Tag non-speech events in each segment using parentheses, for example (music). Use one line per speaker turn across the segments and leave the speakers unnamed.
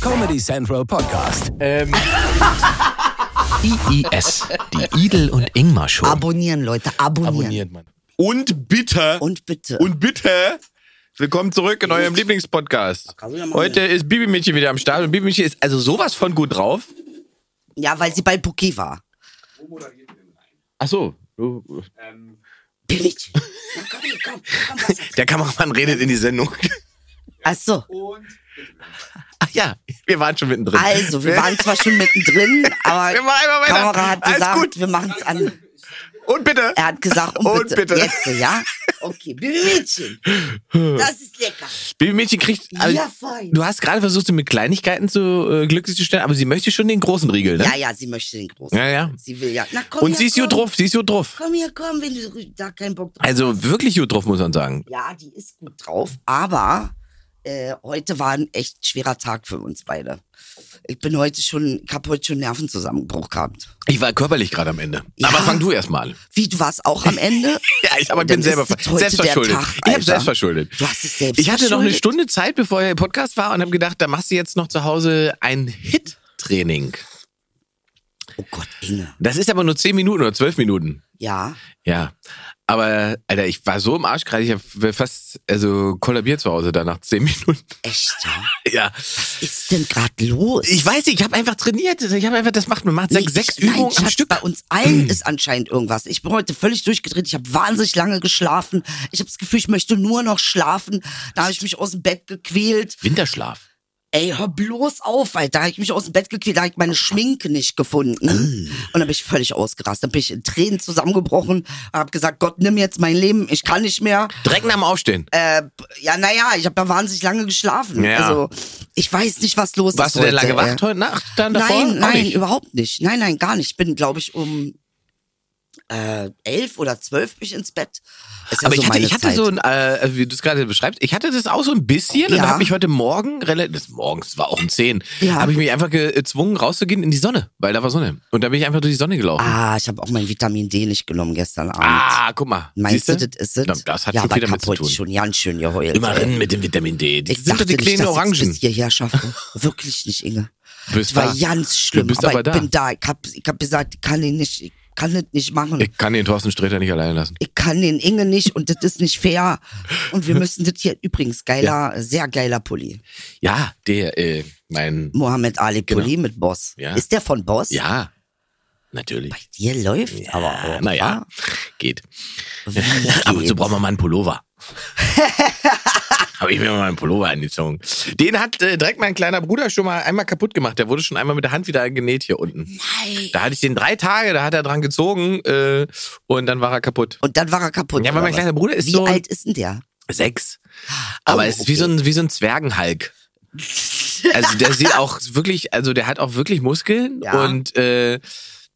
Comedy Central Podcast.
Ähm,
IIS, die Idel und Ingmar Show.
Abonnieren, Leute, abonnieren.
abonniert man.
Und bitte, und,
Und bitte.
bitte, willkommen zurück in eurem Lieblingspodcast.
kann ich ja machen.
Heute ist Bibi Mädchen wieder am Start und Bibi Mädchen ist also sowas von gut drauf.
ja, weil sie bei Buki war.
Ach so.
Billig. Na, komm, komm, komm, was?
Der Kameramann redet in die (laughs) Sendung.
Ach so.
Ach Ah ja, wir waren schon mittendrin.
Also,
(laughs)
wir waren zwar schon mittendrin, aber
Wir machen einfach weiter.
Kamera hat
Alles
gesagt,
gut.
wir machen es an.
Und bitte.
Er hat gesagt, und,
Und bitte.
bitte. Jetzt, ja? Okay, Blümchen. Das ist lecker.
Baby Mädchen kriegt. Also,
Ja, fein.
Du hast gerade versucht, sie mit Kleinigkeiten zu äh, glücklich zu stellen, aber sie möchte schon den großen Riegel, ne?
Ja, ja, sie möchte den großen.
Ja, ja.
Sie will ja. Na, komm
Und
her,
sie ist gut
komm.
drauf, sie ist gut drauf.
Komm hier, komm, wenn du da keinen Bock drauf
Also wirklich gut drauf, muss man sagen.
Ja, die ist gut drauf, aber äh, heute war ein echt schwerer Tag für uns beide. Ich bin heute schon, ich habe heute schon Nervenzusammenbruch gehabt.
Ich war körperlich gerade am Ende.
Ja.
Aber fang du erst mal an.
Wie, du warst auch am Ende?
(laughs) Ja, ich, aber ich bin
Dann ist
selber
es heute
selbst
der
verschuldet.
Tag,
ich habe
Alter.
selbst verschuldet.
Du hast es selbst
Ich hatte noch eine
verschuldet.
Stunde Zeit, bevor der Podcast war und habe gedacht, da machst du jetzt noch zu Hause ein Hit-Training.
Oh Gott, Inge.
Das ist aber nur 10 Minuten oder 12 Minuten.
Ja,
Ja. Aber, Alter, ich war so im Arsch gerade, ich habe fast, also kollabiert zu Hause da nach 10 (laughs) Minuten.
echt, ja.
Ja.
Was ist denn gerade los?
Ich weiß nicht, ich habe einfach trainiert. Ich habe einfach das macht, man macht sechs,
Nicht-
sechs
Nein,
Übungen am
Schatz,
Stück. Mhm.
Bei uns allen ist anscheinend irgendwas. Ich bin heute völlig durchgedreht. Ich habe wahnsinnig lange geschlafen. Ich habe das Gefühl, ich möchte nur noch schlafen. Da habe ich mich aus dem Bett gequält.
Winterschlaf.
Ey, hör bloß auf, weil da habe ich mich aus dem Bett gequält, da habe ich meine Schminke nicht gefunden.
Äh.
Und dann bin ich völlig ausgerastet. Dann bin ich in Tränen zusammengebrochen, habe gesagt, Gott, nimm jetzt mein Leben, ich kann nicht mehr.
Direkt nach dem Aufstehen.
Äh, ja, naja, ich habe da wahnsinnig lange geschlafen.
Ja.
Also, ich weiß nicht, was los
Warst
ist
du denn lange
heute, ey.
wach heute Nacht dann davor?
Nein,
Auch
nein,
nicht.
überhaupt nicht. Nein, nein, gar nicht. Ich bin, glaube ich, um äh, elf oder zwölf bin ich ins Bett. Ist ja
Aber
so
ich hatte,
meine
ich hatte
Zeit.
so ein, äh, also wie du es gerade beschreibst, ich hatte das auch so ein bisschen und
Ja.
habe mich heute Morgen, relativ, morgens war auch um 10,
Ja.
habe ich mich einfach gezwungen rauszugehen in die Sonne, weil da war Sonne. Und da bin ich einfach durch die Sonne gelaufen.
Ah, ich habe auch mein Vitamin D nicht genommen gestern Abend.
Ah, guck mal.
Meinst
Siehste?
du, das ist es?
Na, Das hat
ja,
schon
aber
viel
ich
damit
hab
zu
heute
tun.
schon ganz schön geheult.
Immer
ey.
rennen mit dem Vitamin D. Das
Ich
sind doch
dachte
die
nicht,
kleinen
dass ich
Orangen.
bis hierher schaffe. Wirklich nicht, Inge.
Bist
Es war
da.
ganz schlimm,
bist
aber,
aber
ich
da.
bin da. Ich hab, ich hab gesagt, ich kann ihn nicht, ich kann das nicht machen. Ich,
Ich kann den Thorsten Sträter nicht allein lassen.
kann den Inge nicht und das ist nicht fair.
(laughs)
Und wir müssen das hier übrigens geiler, sehr geiler Pulli.
Ja, der, äh, mein,
Mohammed Ali Pulli mit Boss.
Genau. Ja.
Ist der von Boss?
ja, natürlich.
Bei dir läuft aber auch.
Naja, (laughs) geht.
wa? Wie
Ab und zu
geht's?
braucht man mal einen
(laughs)
Pullover. Habe ich mir mal einen Pullover angezogen. Den hat äh, direkt mein kleiner Bruder schon mal einmal kaputt gemacht. Der wurde schon einmal mit der Hand wieder genäht hier unten.
Nein.
Da hatte ich den drei Tage, da hat er dran gezogen äh, und dann war er kaputt.
Und dann war er kaputt.
Ja, aber
oder
mein
was?
kleiner Bruder ist
Wie
so-
alt ist denn der?
Sechs. Aber
Oh,
es ist wie so ein, wie so ein Zwergenhalk. Also der sieht auch wirklich, also der hat auch wirklich Muskeln
Ja.
und äh,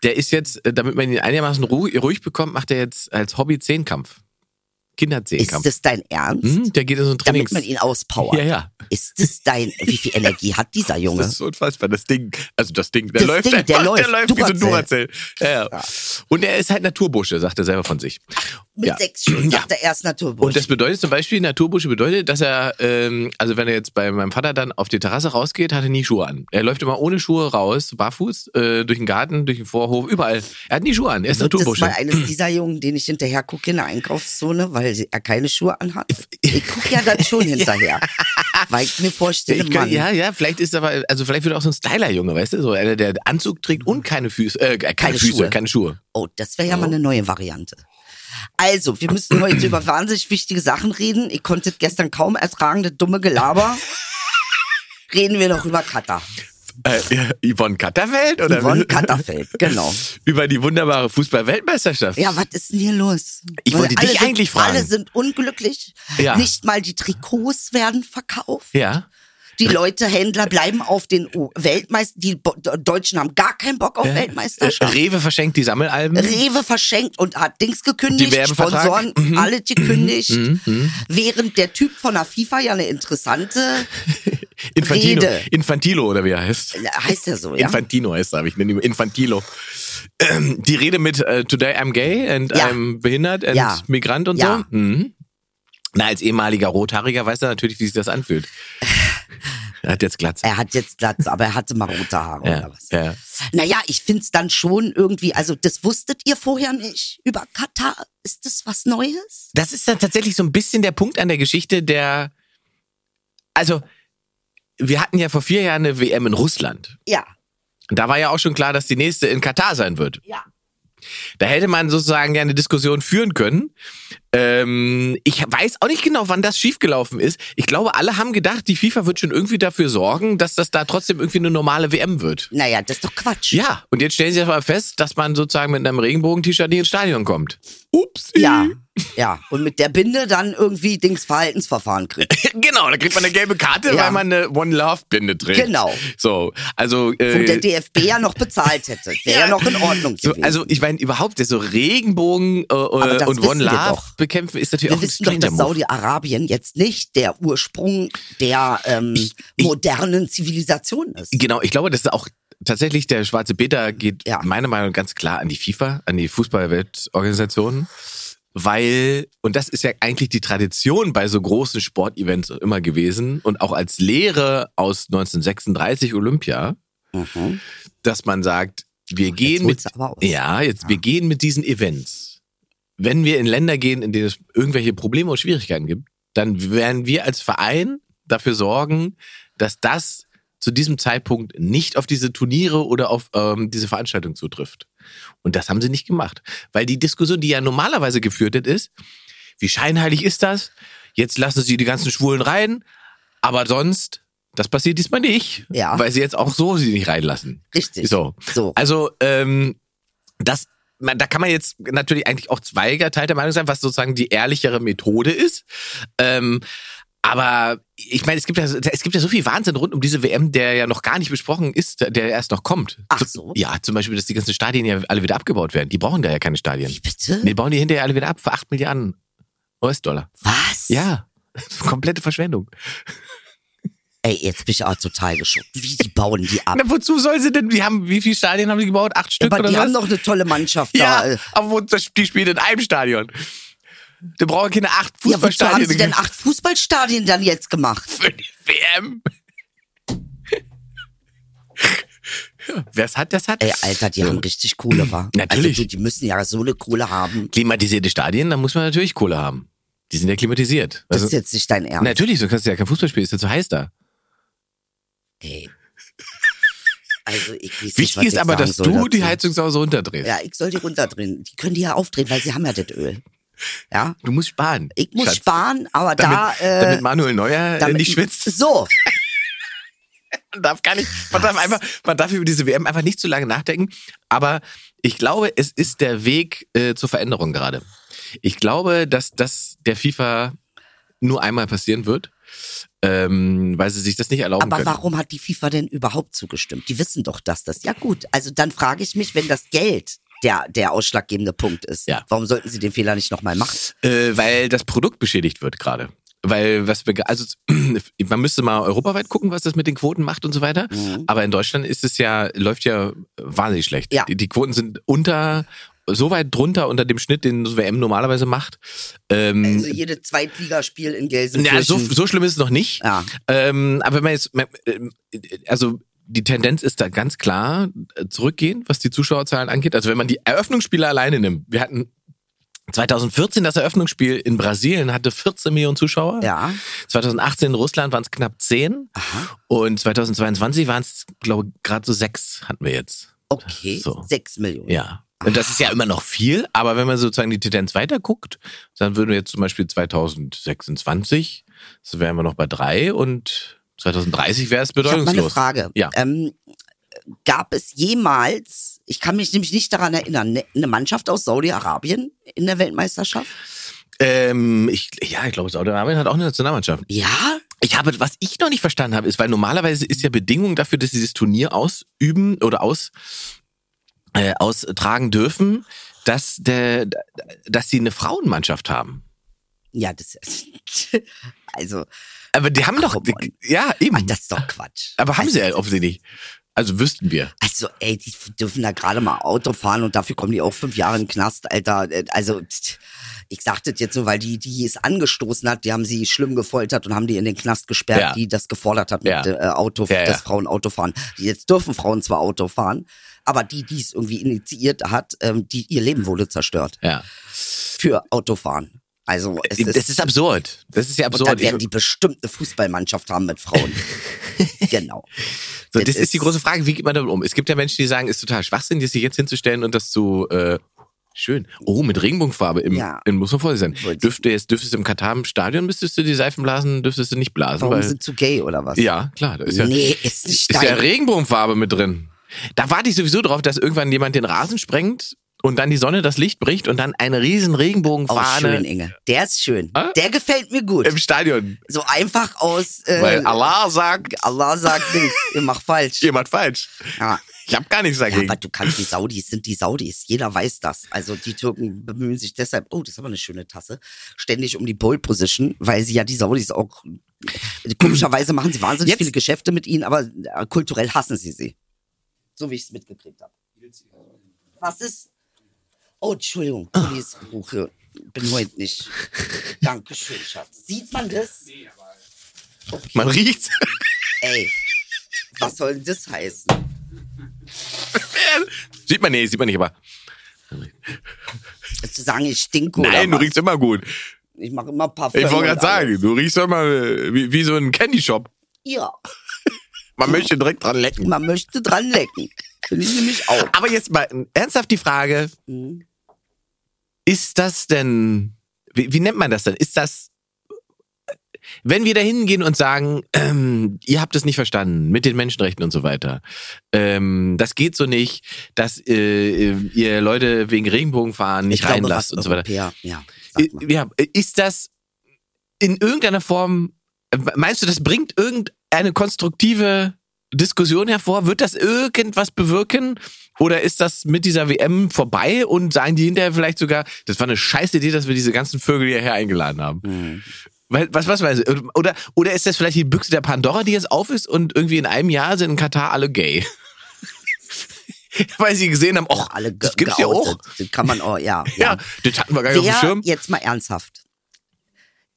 der ist jetzt, äh, damit man ihn einigermaßen ruhig, ruhig bekommt, macht er jetzt als Hobby Zehnkampf.
Ist
Kinderzehnkampf.
das dein Ernst?
Hm, der geht in so ein Trainings.
Damit man ihn auspowert.
Ja, ja.
Ist es dein, wie viel Energie hat dieser Junge?
Das ist unfassbar. Das Ding, also das Ding, der
Das
läuft
Ding,
einfach,
der läuft.
wie so ein
Duracell.
Duracell. Ja, ja. Und er ist halt Naturbursche, sagt er selber von sich.
Mit
ja.
sechs Stunden
Ja.
sagt er erst Naturbursch.
Und das bedeutet zum Beispiel, Naturbursche bedeutet, dass er, ähm, also wenn er jetzt bei meinem Vater dann auf die Terrasse rausgeht, hat er nie Schuhe an. Er läuft immer ohne Schuhe raus, barfuß, äh, durch den Garten, durch den Vorhof, überall. Er hat nie Schuhe an, er ist
Wird das
Naturbursche.
mal eines dieser Jungen, den ich hinterher gucke in der Einkaufszone, weil er keine Schuhe anhat? Ich gucke ja dann
(laughs)
schon hinterher. Weil ich mir vorstelle,
Ich kann,
Mann,
ja, ja, vielleicht ist aber, also vielleicht wird er auch so ein Styler-Junge, weißt du, so einer, der Anzug trägt und keine Füße, äh, keine,
Keine
Füße,
Schuhe.
keine Schuhe.
oh, das wäre ja mal eine neue Variante. Also, wir
(clears throat)
müssen heute über wahnsinnig wichtige Sachen reden. Ich konnte es gestern kaum ertragen, das
(laughs)
dumme Gelaber. Reden wir noch über Katar.
Äh, Yvonne Katterfeld oder
Yvonne Katterfeld,
(laughs)
genau.
über die wunderbare Fußball-Weltmeisterschaft.
Ja, was ist denn hier los?
Ich wollte
alle
dich
sind,
eigentlich fragen.
Alle sind unglücklich.
Ja.
Nicht mal die Trikots werden verkauft.
Ja.
Die Leute, Händler bleiben auf den U- Weltmeister. Die Bo De- Deutschen haben gar keinen Bock auf Weltmeisterschaft.
Rewe verschenkt die Sammelalben.
Rewe verschenkt und hat Dings gekündigt,
Die Mhm. Werbevertrag.
Sponsoren alle gekündigt.
Mhm.
Während der Typ von der FIFA ja eine interessante,
Infantino.
Rede.
Infantilo oder wie er heißt.
äh, heißt ja so, ja?
Infantino heißt er, aber ich nenne ihn Infantilo. Ähm, die Rede mit äh, Today I'm gay and
Ja.
I'm behindert and
Ja.
Migrant und Hm.
Ja. (laughs)
so. Mhm. Na, als ehemaliger Rothaariger weiß er natürlich, wie sich das anfühlt. Er hat jetzt Glatze.
Er hat jetzt Glatze, aber er hatte mal rote Haare
Ja,
oder was.
ja.
Naja, ich find's dann schon irgendwie, also das wusstet ihr vorher nicht über Katar. Ist das was Neues?
Das ist dann tatsächlich so ein bisschen der Punkt an der Geschichte, der. Also, wir hatten ja vor vier Jahren eine WM in Russland.
Ja,
Und Da war ja auch schon klar, dass die nächste in Katar sein wird.
ja.
Da hätte man sozusagen ja eine Diskussion führen können. Ähm, ich weiß auch nicht genau, wann das schiefgelaufen ist. Ich glaube, alle haben gedacht, die FIFA wird schon irgendwie dafür sorgen, dass das da trotzdem irgendwie eine normale WM wird.
Naja, das ist doch Quatsch.
Ja, und jetzt stellen sie mal fest, dass man sozusagen mit einem Regenbogen-T-Shirt nicht ins Stadion kommt. (laughs) Ups.
Ja, ja. Und mit der Binde dann irgendwie Dings
(laughs)
Verhaltensverfahren kriegt.
Genau, da kriegt man eine gelbe Karte,
Ja.
weil man eine One Love Binde trägt.
Genau.
So, also äh,
Wo der DFB ja noch bezahlt hätte. Wäre ja. noch in Ordnung
so,
gewesen.
also ich meine überhaupt, der so Regenbogen äh,
das
und
wissen
One
wir
Love
doch.
bekämpfen ist natürlich
wir
auch ein
wissen doch,
stranger
dass
Move.
Saudi-Arabien jetzt nicht der Ursprung der ähm, modernen Zivilisation ist.
Genau, ich glaube, das ist auch tatsächlich der schwarze Peter geht
Ja.
meiner Meinung nach ganz klar an die FIFA, an die Fußballweltorganisation, weil und das ist ja eigentlich die Tradition bei so großen Sportevents immer gewesen und auch als Lehre aus 1936 Olympia,
Mhm.
dass man sagt, wir gehen mit
holt's aber aus.
ja, jetzt
Ah.
wir gehen mit diesen Events. Wenn wir in Länder gehen, in denen es irgendwelche Probleme und Schwierigkeiten gibt, dann werden wir als Verein dafür sorgen, dass das zu diesem Zeitpunkt nicht auf diese Turniere oder auf ähm, diese Veranstaltung zutrifft. Und das haben sie nicht gemacht, weil die Diskussion, die ja normalerweise geführt wird, ist, wie scheinheilig ist das? Jetzt lassen sie die ganzen Schwulen rein, aber sonst, das passiert diesmal nicht,
Ja.
weil sie jetzt auch so sie nicht reinlassen.
Richtig.
So.
So.
Also, ähm, das, man, da kann man jetzt natürlich eigentlich auch zweigeteilter Meinung sein, was sozusagen die ehrlichere Methode ist. Ähm, aber ich meine, es gibt ja, es gibt ja so viel Wahnsinn rund um diese WM, der ja noch gar nicht besprochen ist, der erst noch kommt.
Ach
Zu-
so.
Ja, zum Beispiel, dass die ganzen Stadien ja alle wieder abgebaut werden. Die brauchen da ja keine Stadien.
Wie bitte?
Die bauen die hinterher alle wieder ab für 8 Milliarden US-Dollar.
Was?
Ja. (laughs) Komplette Verschwendung.
Ey, jetzt bin ich auch total geschockt. Wie die bauen die ab?
Na, wozu soll sie denn? Die haben, wie viele Stadien haben die gebaut? Acht Stück
Aber
oder
die
was?
haben doch eine tolle Mannschaft
Ja,
da. äh,
aber wo, das, die spielen in einem Stadion. Da brauchen keine acht
Ja, wozu haben
Fußballstadien.
sie denn acht Fußballstadien dann jetzt gemacht?
für (laughs) die WM. Ja, Wer's hat, das hat.
Ey, Alter, die haben richtig Kohle, war.
(clears throat) Natürlich.
Also, du, die müssen ja so eine Kohle haben.
Klimatisierte Stadien, da muss man natürlich Kohle haben. Die sind ja klimatisiert.
Das
Also,
ist jetzt nicht dein Ernst.
natürlich, sonst kannst du ja kein Fußball spielen, ist ja zu heiß da.
Ey. Also, ich weiß nicht,
Wichtig
was
ist
ich
aber,
sagen
dass
soll
du die
dazu.
Heizungsause runterdrehst.
Ja, ich soll die runterdrehen. Die können die ja aufdrehen, weil sie haben ja das Öl. Ja,
Du musst sparen.
ich muss
Schatz.
sparen, aber
Damit,
da... Äh,
damit Manuel Neuer äh,
damit-
nicht schwitzt.
So,
Man darf gar nicht, man darf einfach, man darf über diese WM einfach nicht zu lange nachdenken. Aber ich glaube, es ist der Weg äh, zur Veränderung gerade. Ich glaube, dass das der FIFA nur einmal passieren wird, ähm, weil sie sich das nicht erlauben
aber
können.
warum hat die FIFA denn überhaupt zugestimmt? Die wissen doch, dass das... Ja gut, also dann frage ich mich, wenn das Geld der, der ausschlaggebende Punkt ist,
Ja.
warum sollten sie den Fehler nicht nochmal machen?
Äh, weil das Produkt beschädigt wird gerade. Weil was wir, ge- also (clears throat) man müsste mal europaweit gucken, was das mit den Quoten macht und so weiter. Aber in Deutschland ist es ja, läuft ja wahnsinnig schlecht.
Ja.
Die, die Quoten sind unter, so weit drunter unter dem Schnitt, den so WM normalerweise macht. Ähm,
Also jede Zweitligaspiel in Gelsenkirchen.
ja, so, so schlimm ist es noch nicht.
Ja.
Ähm, aber wenn man jetzt, man- ähm, also die Tendenz ist da ganz klar äh, zurückgehend, was die Zuschauerzahlen angeht. Also wenn man die Eröffnungsspiele alleine nimmt, wir hatten 2014 das Eröffnungsspiel in Brasilien hatte 14 Millionen Zuschauer.
Ja.
2018 in Russland waren es knapp 10. Und 2022 waren es, glaube ich, gerade so sechs hatten wir jetzt.
Okay,
So.
sechs Millionen.
Ja. Und das ist ja immer noch viel, aber wenn man sozusagen die Tendenz weiterguckt, dann würden wir jetzt zum Beispiel 2026, so wären wir noch bei drei und 2030 wäre es
Ich habe mal eine
bedeutungslos.
Frage.
Ja.
Ähm, gab es jemals, ich kann mich nämlich nicht daran erinnern, ne- eine Mannschaft aus Saudi-Arabien in der Weltmeisterschaft?
Ähm, ich, ja, ich glaube, Saudi-Arabien hat auch eine Nationalmannschaft.
Ja,
Ich habe, was ich noch nicht verstanden habe, ist, weil normalerweise ist ja Bedingung dafür, dass sie dieses Turnier ausüben oder aus, äh, austragen dürfen, dass, der, dass sie eine Frauenmannschaft haben.
ja, das ist (laughs) also
Aber die haben doch,
Come on.
ja, eben.
das ist doch Quatsch.
aber haben
also,
sie ja offensichtlich nicht. Also wüssten wir.
Also, ey, die dürfen da gerade mal Auto fahren und dafür kommen die auch fünf Jahre in den Knast, Alter. Also, ich sag das jetzt nur, weil die, die es angestoßen hat, die haben sie schlimm gefoltert und haben die in den Knast gesperrt,
Ja.
die das gefordert hat mit
Ja.
äh, Auto,
Ja, ja.
dass Frauen Auto fahren. Die- Jetzt dürfen Frauen zwar Auto fahren, aber die, die es irgendwie initiiert hat, ähm, die, ihr Leben wurde zerstört
Ja.
für Autofahren. Also, es ist,
Äh, das ist absurd. Das ist ja
und dann
absurd.
werden die bestimmte Fußballmannschaft haben
(laughs)
mit Frauen. genau.
So, das
Das
ist die
ist-
große Frage, wie geht man damit um? Es gibt ja Menschen, die sagen, ist total Schwachsinn, das sich jetzt hinzustellen und das zu äh, schön. Oh, mit Regenbogenfarbe im,
Ja.
im muss man vorsichtig sein.
Wollte-
Dürfte jetzt, dürftest du im Katar im Stadion müsstest du die Seifen blasen, dürftest du nicht blasen.
Warum
Weil,
sind zu gay oder was?
ja, klar, da ist ja,
nee, ist nicht
ist ja
dein.
Regenbogenfarbe mit drin. Da warte ich sowieso drauf, dass irgendwann jemand den Rasen sprengt und dann die Sonne das Licht bricht und dann eine riesen
Auch Oh, schön,
Regenbogenfahne
Inge. Der ist schön.
Ah?
Der gefällt mir gut.
im Stadion.
So einfach aus. Äh,
Weil Allah sagt,
Allah sagt nichts. Ihr macht falsch.
jemand falsch.
Ja.
Ich habe gar nichts
ja,
dagegen.
aber du kannst die Saudis sind die Saudis. Jeder weiß das. Also die Türken bemühen sich deshalb. Oh, das ist aber eine schöne Tasse. Ständig um die Pole Position, weil sie ja die Saudis auch. Komischerweise machen sie wahnsinnig
Jetzt-
viele Geschäfte mit ihnen, aber äh, kulturell hassen sie sie. So wie ich es mitgekriegt habe. Was ist? Oh, Entschuldigung,
Ah.
Kulis Ruche. Bin heute nicht. Dankeschön, Schatz. Sieht man das?
Man riecht's. (laughs)
Ey, was soll denn das heißen?
Sieht man, nee, sieht man nicht, aber.
Zu sagen, ich stinke
Nein, du
oder was?
riechst immer gut.
Ich mache immer Parfum.
Ich wollte gerade
und alles.
sagen, du riechst immer äh, wie, wie so ein Candy Shop.
Ja,
Man
Hm.
möchte direkt dran lecken.
man möchte dran lecken. Finde ich
(laughs)
nämlich auch.
Aber jetzt mal ernsthaft die Frage,
Mhm.
ist das denn, wie, wie nennt man das denn? Ist das, wenn wir da hingehen und sagen, ähm, ihr habt es nicht verstanden mit den Menschenrechten und so weiter, ähm, das geht so nicht, dass äh, ihr Leute wegen Regenbogen fahren nicht reinlasst
was
und so weiter.
Europäer, ja,
I-
sag mal.
Ja, ist das in irgendeiner Form, meinst du, das bringt irgendeine konstruktive Diskussion hervor? Wird das irgendwas bewirken? Oder ist das mit dieser WM vorbei und sagen die hinterher vielleicht sogar, das war eine scheiß Idee, dass wir diese ganzen Vögel hierher eingeladen haben?
Mhm.
Weil- Was, was weiß ich? Oder, oder ist das vielleicht die Büchse der Pandora, die jetzt auf ist und irgendwie in einem Jahr sind in Katar alle gay? (laughs) Weil sie gesehen haben, ach,
Alle
das gibt's ja auch.
geoutet. Das kann man
(laughs)
auch, ja.
Ja, das hatten wir gar nicht auf dem
Wer,
Schirm.
jetzt mal ernsthaft.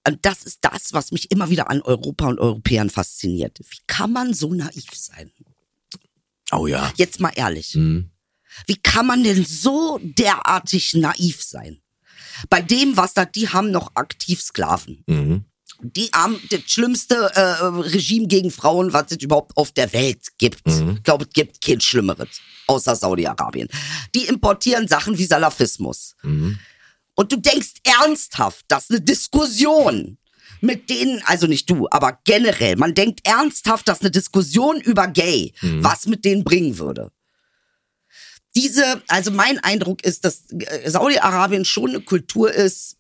Und das ist das, was mich immer wieder an Europa und Europäern fasziniert. Wie kann man so naiv sein?
Oh ja.
Jetzt mal ehrlich.
Mhm.
Wie kann man denn so derartig naiv sein? Bei dem, was da, die haben noch aktiv Sklaven.
Mhm.
Die haben das schlimmste äh, Regime gegen Frauen, was es überhaupt auf der Welt gibt. Ich glaube, es gibt kein Schlimmeres, außer Saudi-Arabien. Die importieren Sachen wie Salafismus. Und du denkst ernsthaft, dass eine Diskussion mit denen, also nicht du, aber generell, man denkt ernsthaft, dass eine Diskussion über Gay was mit denen bringen würde diese, also mein Eindruck ist, dass äh, Saudi-Arabien schon eine Kultur ist,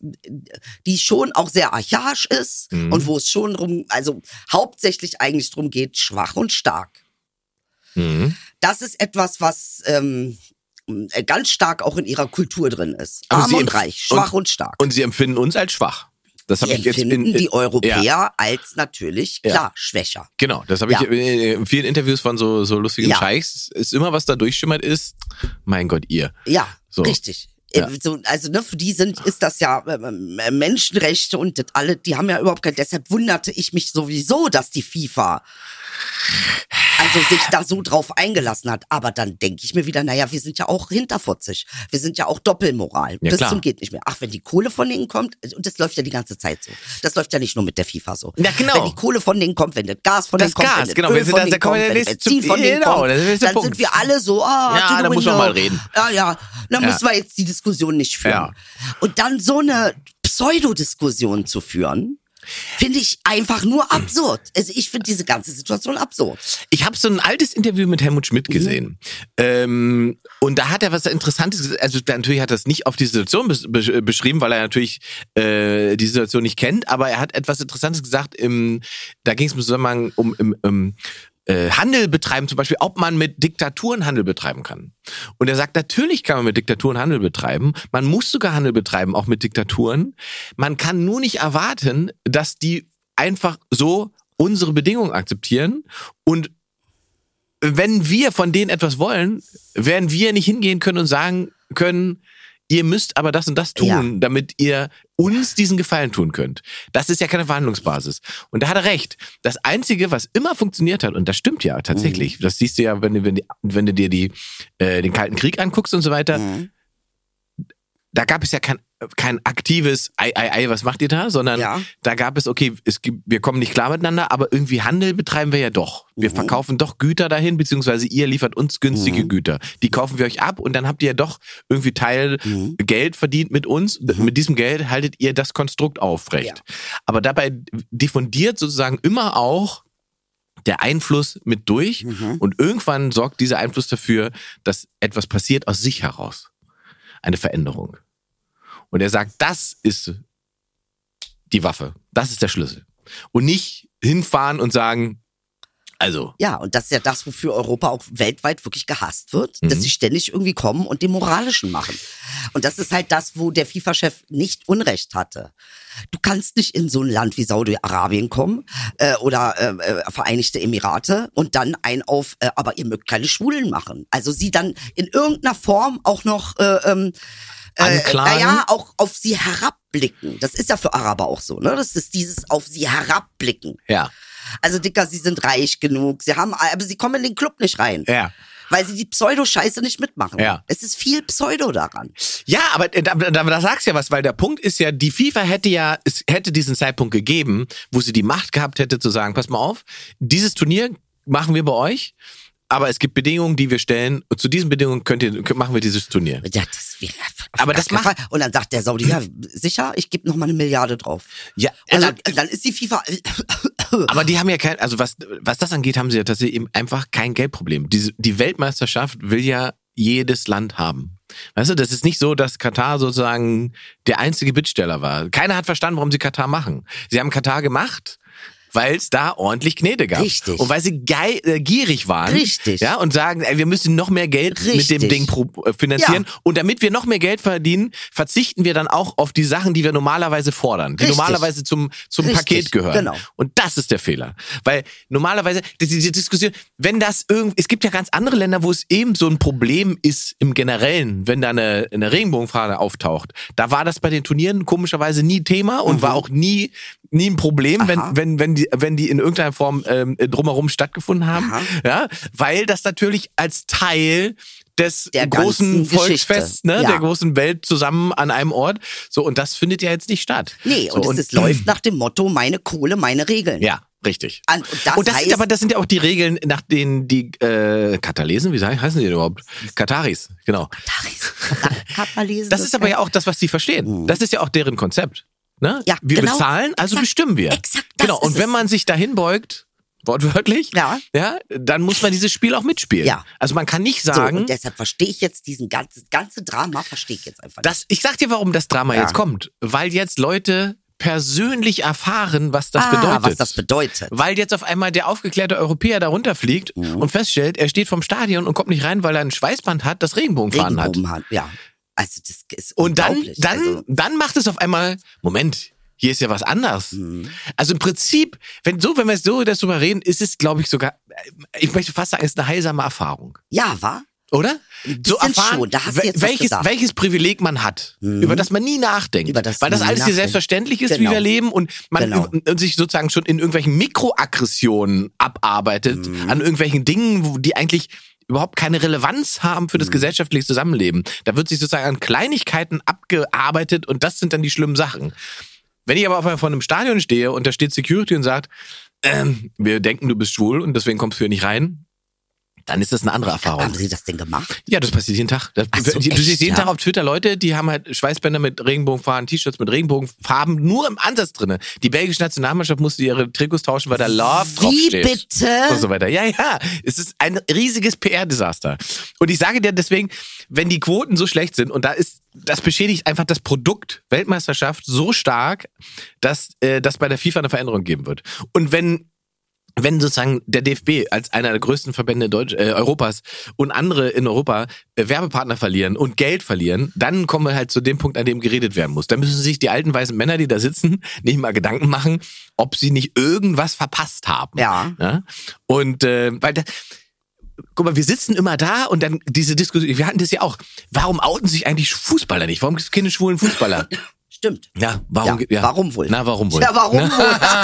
die schon auch sehr archaisch ist
Mhm.
und wo es schon drum, also hauptsächlich eigentlich drum geht, schwach und stark.
Mhm.
Das ist etwas, was ähm, äh, ganz stark auch in ihrer Kultur drin ist.
Aber
Arm
Also sie
und
empf-
reich, schwach und,
und-
stark.
Und sie empfinden uns als schwach. Das habe
Die
ich jetzt in,
empfinden
in,
die Europäer
Ja,
als natürlich,
Ja.
klar, schwächer.
genau, das habe
Ja.
ich in in vielen Interviews von so, so lustigen
Ja.
Scheichs. Ist immer was da durchschimmert ist. Mein Gott, ihr.
Ja,
So.
richtig.
Ja.
Äh, So, also ne, für die sind ist das ja ähm, äh, Menschenrechte und das alle, die haben ja überhaupt kein. Deshalb wunderte ich mich sowieso, dass die FIFA also sich da so drauf eingelassen hat. Aber dann denke ich mir wieder, naja, wir sind ja auch hinterfotzig. Wir sind ja auch Doppelmoral.
Ja,
das
klar.
zum geht nicht mehr. Ach, wenn die Kohle von denen kommt, äh, und das läuft ja die ganze Zeit so. Das läuft ja nicht nur mit der FIFA so.
Ja, genau.
Wenn die Kohle von denen kommt, wenn das Gas von
Das
denen kommt,
Gas,
wenn das
genau,
Öl
wir sind
von
da-
denen
da kommen wir
kommt, wenn
der nächste-
Benzin von denen
genau,
kommt,
das ist der nächste
dann
Punkt.
sind wir alle so, ah,
Ja,
to the
da muss man
window.
mal reden.
Ja, Ah, ja, da
Ja.
müssen wir jetzt die Diskussion nicht führen.
Ja.
Und dann so eine Pseudodiskussion zu führen, finde ich einfach nur absurd. Also ich finde diese ganze Situation absurd.
Ich habe so ein altes Interview mit Helmut Schmidt gesehen. Ähm, und da hat er was Interessantes gesagt. Also natürlich hat er es nicht auf die Situation bes besch- äh, beschrieben, weil er natürlich äh, die Situation nicht kennt, aber er hat etwas Interessantes gesagt. Im, da ging es im Zusammenhang um im, im, äh, Handel betreiben, zum Beispiel, ob man mit Diktaturen Handel betreiben kann. Und er sagt, natürlich kann man mit Diktaturen Handel betreiben. Man muss sogar Handel betreiben, auch mit Diktaturen. Man kann nur nicht erwarten, dass die einfach so unsere Bedingungen akzeptieren und wenn wir von denen etwas wollen, werden wir nicht hingehen können und sagen können, ihr müsst aber das und das tun,
Ja.
damit ihr uns diesen Gefallen tun könnt. Das ist ja keine Verhandlungsbasis. Und da hat er recht. Das Einzige, was immer funktioniert hat, und das stimmt ja tatsächlich, das siehst du ja, wenn du, wenn, du- wenn du dir die, äh, den Kalten Krieg anguckst und so
Mhm.
weiter, da gab es ja kein, kein aktives Ei, Ei, Ei, was macht ihr da, sondern
Ja.
da gab es, okay, es gibt, wir kommen nicht klar miteinander, aber irgendwie Handel betreiben wir ja doch. Wir verkaufen doch Güter dahin, beziehungsweise ihr liefert uns günstige Güter. Die kaufen wir euch ab und dann habt ihr ja doch irgendwie Teil Geld verdient mit uns. Mit diesem Geld haltet ihr das Konstrukt aufrecht. Aber dabei diffundiert sozusagen immer auch der Einfluss mit durch
Mhm.
Mhm. und irgendwann sorgt dieser Einfluss dafür, dass etwas passiert aus sich heraus. Eine Veränderung. Und er sagt, das ist die Waffe. Das ist der Schlüssel. Und nicht hinfahren und sagen, also,
Ja, und das ist ja das, wofür Europa auch weltweit wirklich gehasst wird, dass sie ständig irgendwie kommen und den Moralischen machen. Und das ist halt das, wo der FIFA-Chef nicht Unrecht hatte. Du kannst nicht in so ein Land wie Saudi-Arabien kommen äh, oder äh, äh, Vereinigte Emirate und dann ein auf, äh, aber ihr mögt keine Schwulen machen. Also sie dann in irgendeiner Form auch noch, äh, ähm, äh,
Anklagen?
naja, auch auf sie herabblicken. Das ist ja für Araber auch so, ne? Das ist dieses auf sie herabblicken.
ja.
Also Dicker, sie sind reich genug. Sie haben, aber sie kommen in den Club nicht rein.
Ja.
Weil sie die Pseudo-Scheiße nicht mitmachen.
Ja.
Es ist viel Pseudo daran.
Ja, aber da, da, da sagst ja was, weil der Punkt ist ja, die FIFA hätte ja, es hätte diesen Zeitpunkt gegeben, wo sie die Macht gehabt hätte zu sagen, pass mal auf, dieses Turnier machen wir bei euch, aber es gibt Bedingungen, die wir stellen und zu diesen Bedingungen könnt ihr, könnt- machen wir dieses Turnier.
Ja, das wäre
Aber das macht-
macht. Und dann sagt der Saudi, ja, sicher, ich gebe noch mal eine Milliarde drauf.
Ja,
Und
also-
dann, dann ist die FIFA. (laughs)
Aber die haben ja kein, also was, was das angeht, haben sie ja tatsächlich eben einfach kein Geldproblem. Die, die Weltmeisterschaft will ja jedes Land haben. Weißt du, das ist nicht so, dass Katar sozusagen der einzige Bittsteller war. Keiner hat verstanden, warum sie Katar machen. Sie haben Katar gemacht, weil es da ordentlich Knete gab.
Richtig.
Und weil sie gei äh, gierig waren.
Richtig.
Ja, und sagen, ey, wir müssen noch mehr Geld mit dem
Richtig.
Ding pro äh, finanzieren. Und damit wir noch mehr Geld verdienen, verzichten wir dann auch auf die Sachen, die wir normalerweise fordern, die
Richtig.
normalerweise zum, zum
Richtig,
Paket gehören.
genau.
Und das ist der Fehler. Weil normalerweise, das- diese Diskussion, wenn das irgendwie, es gibt ja ganz andere Länder, wo es eben so ein Problem ist im Generellen, wenn da eine, eine Regenbogenfahne auftaucht. Da war das bei den Turnieren komischerweise nie Thema
Mhm.
und war auch nie, nie ein Problem, wenn, wenn, wenn, die, wenn die in irgendeiner Form ähm, drumherum stattgefunden haben.
Aha.
Ja, weil das natürlich als Teil des
Der
großen
ganzen Geschichte.
Volksfests, ne,
Ja.
der großen Welt zusammen an einem Ort. So, und das findet ja jetzt nicht statt.
Nee,
so,
und, es
(clears throat)
ist, läuft nach dem Motto, meine Kohle, meine Regeln.
Ja, richtig.
An- und das
und das
heißt-
sind aber das sind ja auch die Regeln, nach denen die äh, Katalesen, wie sei- heißen die denn überhaupt? Kataris, genau.
Katalesen,
Das ist aber ja auch das, was die verstehen. Das ist ja auch deren Konzept. Ne?
Ja,
wir
genau.
bezahlen, also
Exakt.
bestimmen wir.
Exakt, das
genau.
ist
Und wenn
es.
man sich dahin beugt, wortwörtlich,
Ja.
ja, dann muss man dieses Spiel auch mitspielen.
Ja.
Also man kann nicht
so,
sagen,
und deshalb verstehe ich jetzt diesen ganzen, ganze Drama, verstehe ich jetzt einfach nicht.
Das, ich sag dir, warum das Drama jetzt kommt. Weil jetzt Leute persönlich erfahren, was das
ah,
bedeutet.
was das bedeutet.
Weil jetzt auf einmal der aufgeklärte Europäer da runterfliegt
Mhm.
und feststellt, er steht vom Stadion und kommt nicht rein, weil er ein Schweißband hat, das Regenbogenfahren hat.
Regenbogen hat. Ja. Also das ist
Und dann,
unglaublich.
dann,
also,
dann macht es auf einmal, Moment, hier ist ja was anders.
Mhm.
Also im Prinzip, wenn so, wenn wir so darüber reden, ist es, glaube ich, sogar, ich möchte fast sagen, es ist eine heilsame Erfahrung.
ja, war?
Oder? So
bisschen
erfahren,
schon, da hast du
wel-
jetzt was
welches,
gesagt. Mhm.
welches Privileg man hat, über das man nie nachdenkt.
Über das
weil das
man nie
alles hier
nachdenkt.
selbstverständlich ist, wie
Genau.
wir leben und man
Genau.
und- und sich sozusagen schon in irgendwelchen Mikroaggressionen abarbeitet,
Mhm.
an irgendwelchen Dingen, wo die eigentlich überhaupt keine Relevanz haben
Mhm.
für das gesellschaftliche Zusammenleben. Da wird sich sozusagen an Kleinigkeiten abgearbeitet und das sind dann die schlimmen Sachen. Wenn ich aber auf einmal vor einem Stadion stehe und da steht Security und sagt, ähm, wir denken, du bist schwul und deswegen kommst du hier nicht rein, dann ist das eine andere Erfahrung.
Haben sie das denn gemacht?
Ja, das passiert jeden Tag. Das,
Ach
du
so,
du
echt,
siehst jeden
ja?
Tag auf Twitter Leute, die haben halt Schweißbänder mit Regenbogenfarben, T-Shirts mit Regenbogenfarben, nur im Ansatz drinne. Die belgische Nationalmannschaft musste ihre Trikots tauschen, weil da Love
Wie
draufsteht.
bitte?
Und so weiter. Ja, ja. Es ist ein riesiges PR-Desaster. Und ich sage dir deswegen, wenn die Quoten so schlecht sind und da ist, das beschädigt einfach das Produkt Weltmeisterschaft so stark, dass äh, das bei der FIFA eine Veränderung geben wird. Und wenn wenn sozusagen der DFB als einer der größten Verbände Deutsch, äh, Europas und andere in Europa äh, Werbepartner verlieren und Geld verlieren, dann kommen wir halt zu dem Punkt, an dem geredet werden muss. Da müssen sich die alten weißen Männer, die da sitzen, nicht mal Gedanken machen, ob sie nicht irgendwas verpasst haben.
Ja.
Und äh, weil das, guck mal, wir sitzen immer da und dann diese Diskussion, wir hatten das ja auch. Warum outen sich eigentlich Fußballer nicht? Warum gibt es keine schwulen
(laughs)
Fußballer?
Stimmt.
Ja, warum,
Ja,
ge- ja.
warum wohl?
Na, warum wohl?
Ja, warum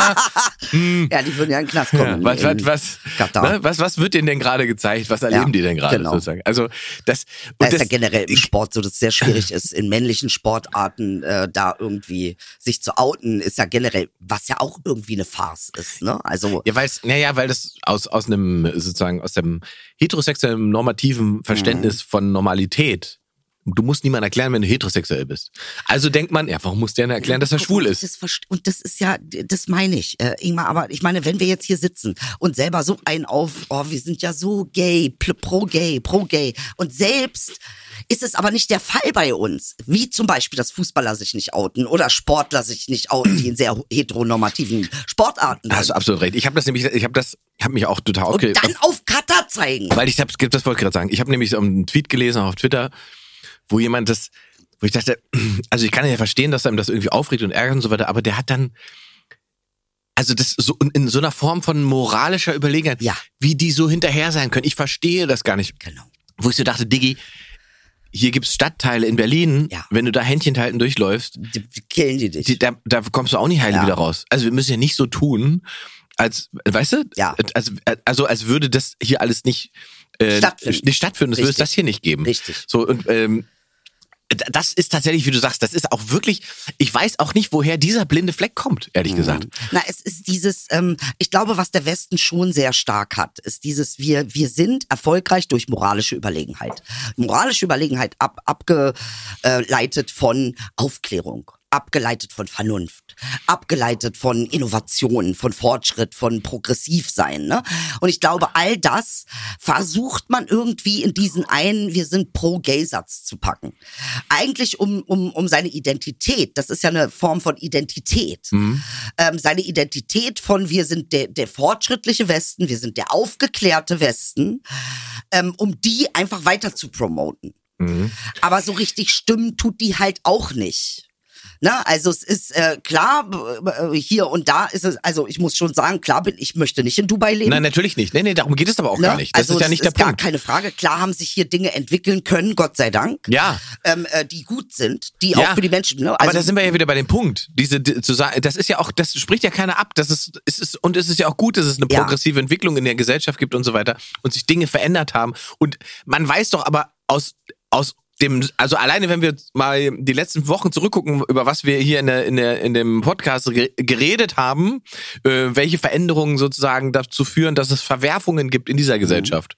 wohl? ja, die würden ja in den Knast
(laughs)
kommen.
Was, was,
in-
was,
Katar.
ne, was, was wird denen denn gerade gezeigt? Was erleben die denn gerade
genau.
sozusagen? Also das,
Da
und
ist ja
das
generell im Sport so, dass es sehr schwierig ist, in männlichen Sportarten äh, da irgendwie sich zu outen, ist ja generell, was ja auch irgendwie eine Farce ist, ne? Also,
ja, weil's, naja, weil das aus, aus einem sozusagen aus dem heterosexuellen normativen
Mhm.
Verständnis von Normalität. Du musst niemand erklären, wenn du heterosexuell bist. Also denkt man, ja, warum muss der denn erklären, dass er schwul ist?
Das verst- und das ist ja, das meine ich, äh, Ingmar, aber ich meine, wenn wir jetzt hier sitzen und selber so einen auf, oh, wir sind ja so gay, pl- pro-gay, pro-gay und selbst ist es aber nicht der Fall bei uns, wie zum Beispiel, dass Fußballer sich nicht outen oder Sportler sich nicht outen, die in sehr heteronormativen Sportarten
Da hast du
sind.
absolut recht. Ich habe das nämlich, ich habe das, ich habe mich auch total
Und
aufgeregt.
dann auf Katar zeigen.
Weil ich habe, das wollte ich gerade sagen. Ich habe nämlich so einen Tweet gelesen auf Twitter, wo jemand das, wo ich dachte, (clears throat) also ich kann ja verstehen, dass einem das irgendwie aufregt und ärgert und so weiter, aber der hat dann, also das so in- in so einer Form von moralischer Überlegenheit,
Ja.
wie die so hinterher sein können. Ich verstehe das gar nicht.
Genau.
Wo ich so dachte, Diggi, hier gibt's Stadtteile in Berlin,
Ja.
wenn du da Händchen halten durchläufst,
Die, die killen die dich.
die, da, da kommst du auch nicht heil
Ja.
wieder raus. Also wir müssen ja nicht so tun, als, weißt du,
Ja.
als, also als würde das hier alles nicht äh,
Stattfinden.
Nicht stattfinden, es würde es
Richtig.
das hier nicht geben.
Richtig.
So und ähm, d- das ist tatsächlich, wie du sagst, das ist auch wirklich. Ich weiß auch nicht, woher dieser blinde Fleck kommt,
Mhm.
ehrlich gesagt.
Na, es ist dieses, ähm, ich glaube, was der Westen schon sehr stark hat, ist dieses, wir, wir sind erfolgreich durch moralische Überlegenheit. Moralische Überlegenheit ab, abgeleitet von Aufklärung. Abgeleitet von Vernunft, abgeleitet von Innovation, von Fortschritt, von Progressivsein. Ne? Und ich glaube, all das versucht man irgendwie in diesen einen, wir sind pro Gay-Satz zu packen. Eigentlich um, um, um seine Identität, das ist ja eine Form von Identität, ähm, seine Identität von wir sind der, der fortschrittliche Westen, wir sind der aufgeklärte Westen, ähm, um die einfach weiter zu promoten.
Mhm.
Aber so richtig stimmen tut die halt auch nicht. Ne? Also es ist äh, klar, b- b- hier und da ist es, also ich muss schon sagen, klar bin ich möchte nicht in Dubai leben.
Nein, natürlich nicht. Nee, nee, darum geht es aber auch
Ne?
gar nicht. Das
also
ist ja
das
nicht
ist
der
gar
Punkt.
keine Frage. Klar haben sich hier Dinge entwickeln können, Gott sei Dank.
Ja.
Ähm, äh, die gut sind, die
Ja.
auch für die Menschen. Ne?
Aber
Also-
da sind wir ja wieder bei dem Punkt. Diese die- zu sagen, das ist ja auch, das spricht ja keiner ab. Das ist, es ist und es ist ja auch gut, dass es eine
Ja.
progressive Entwicklung in der Gesellschaft gibt und so weiter und sich Dinge verändert haben. Und man weiß doch aber aus aus dem, also alleine wenn wir mal die letzten Wochen zurückgucken, über was wir hier in, der, in, der, in dem Podcast ge- geredet haben, äh, welche Veränderungen sozusagen dazu führen, dass es Verwerfungen gibt in
Mhm.
dieser Gesellschaft.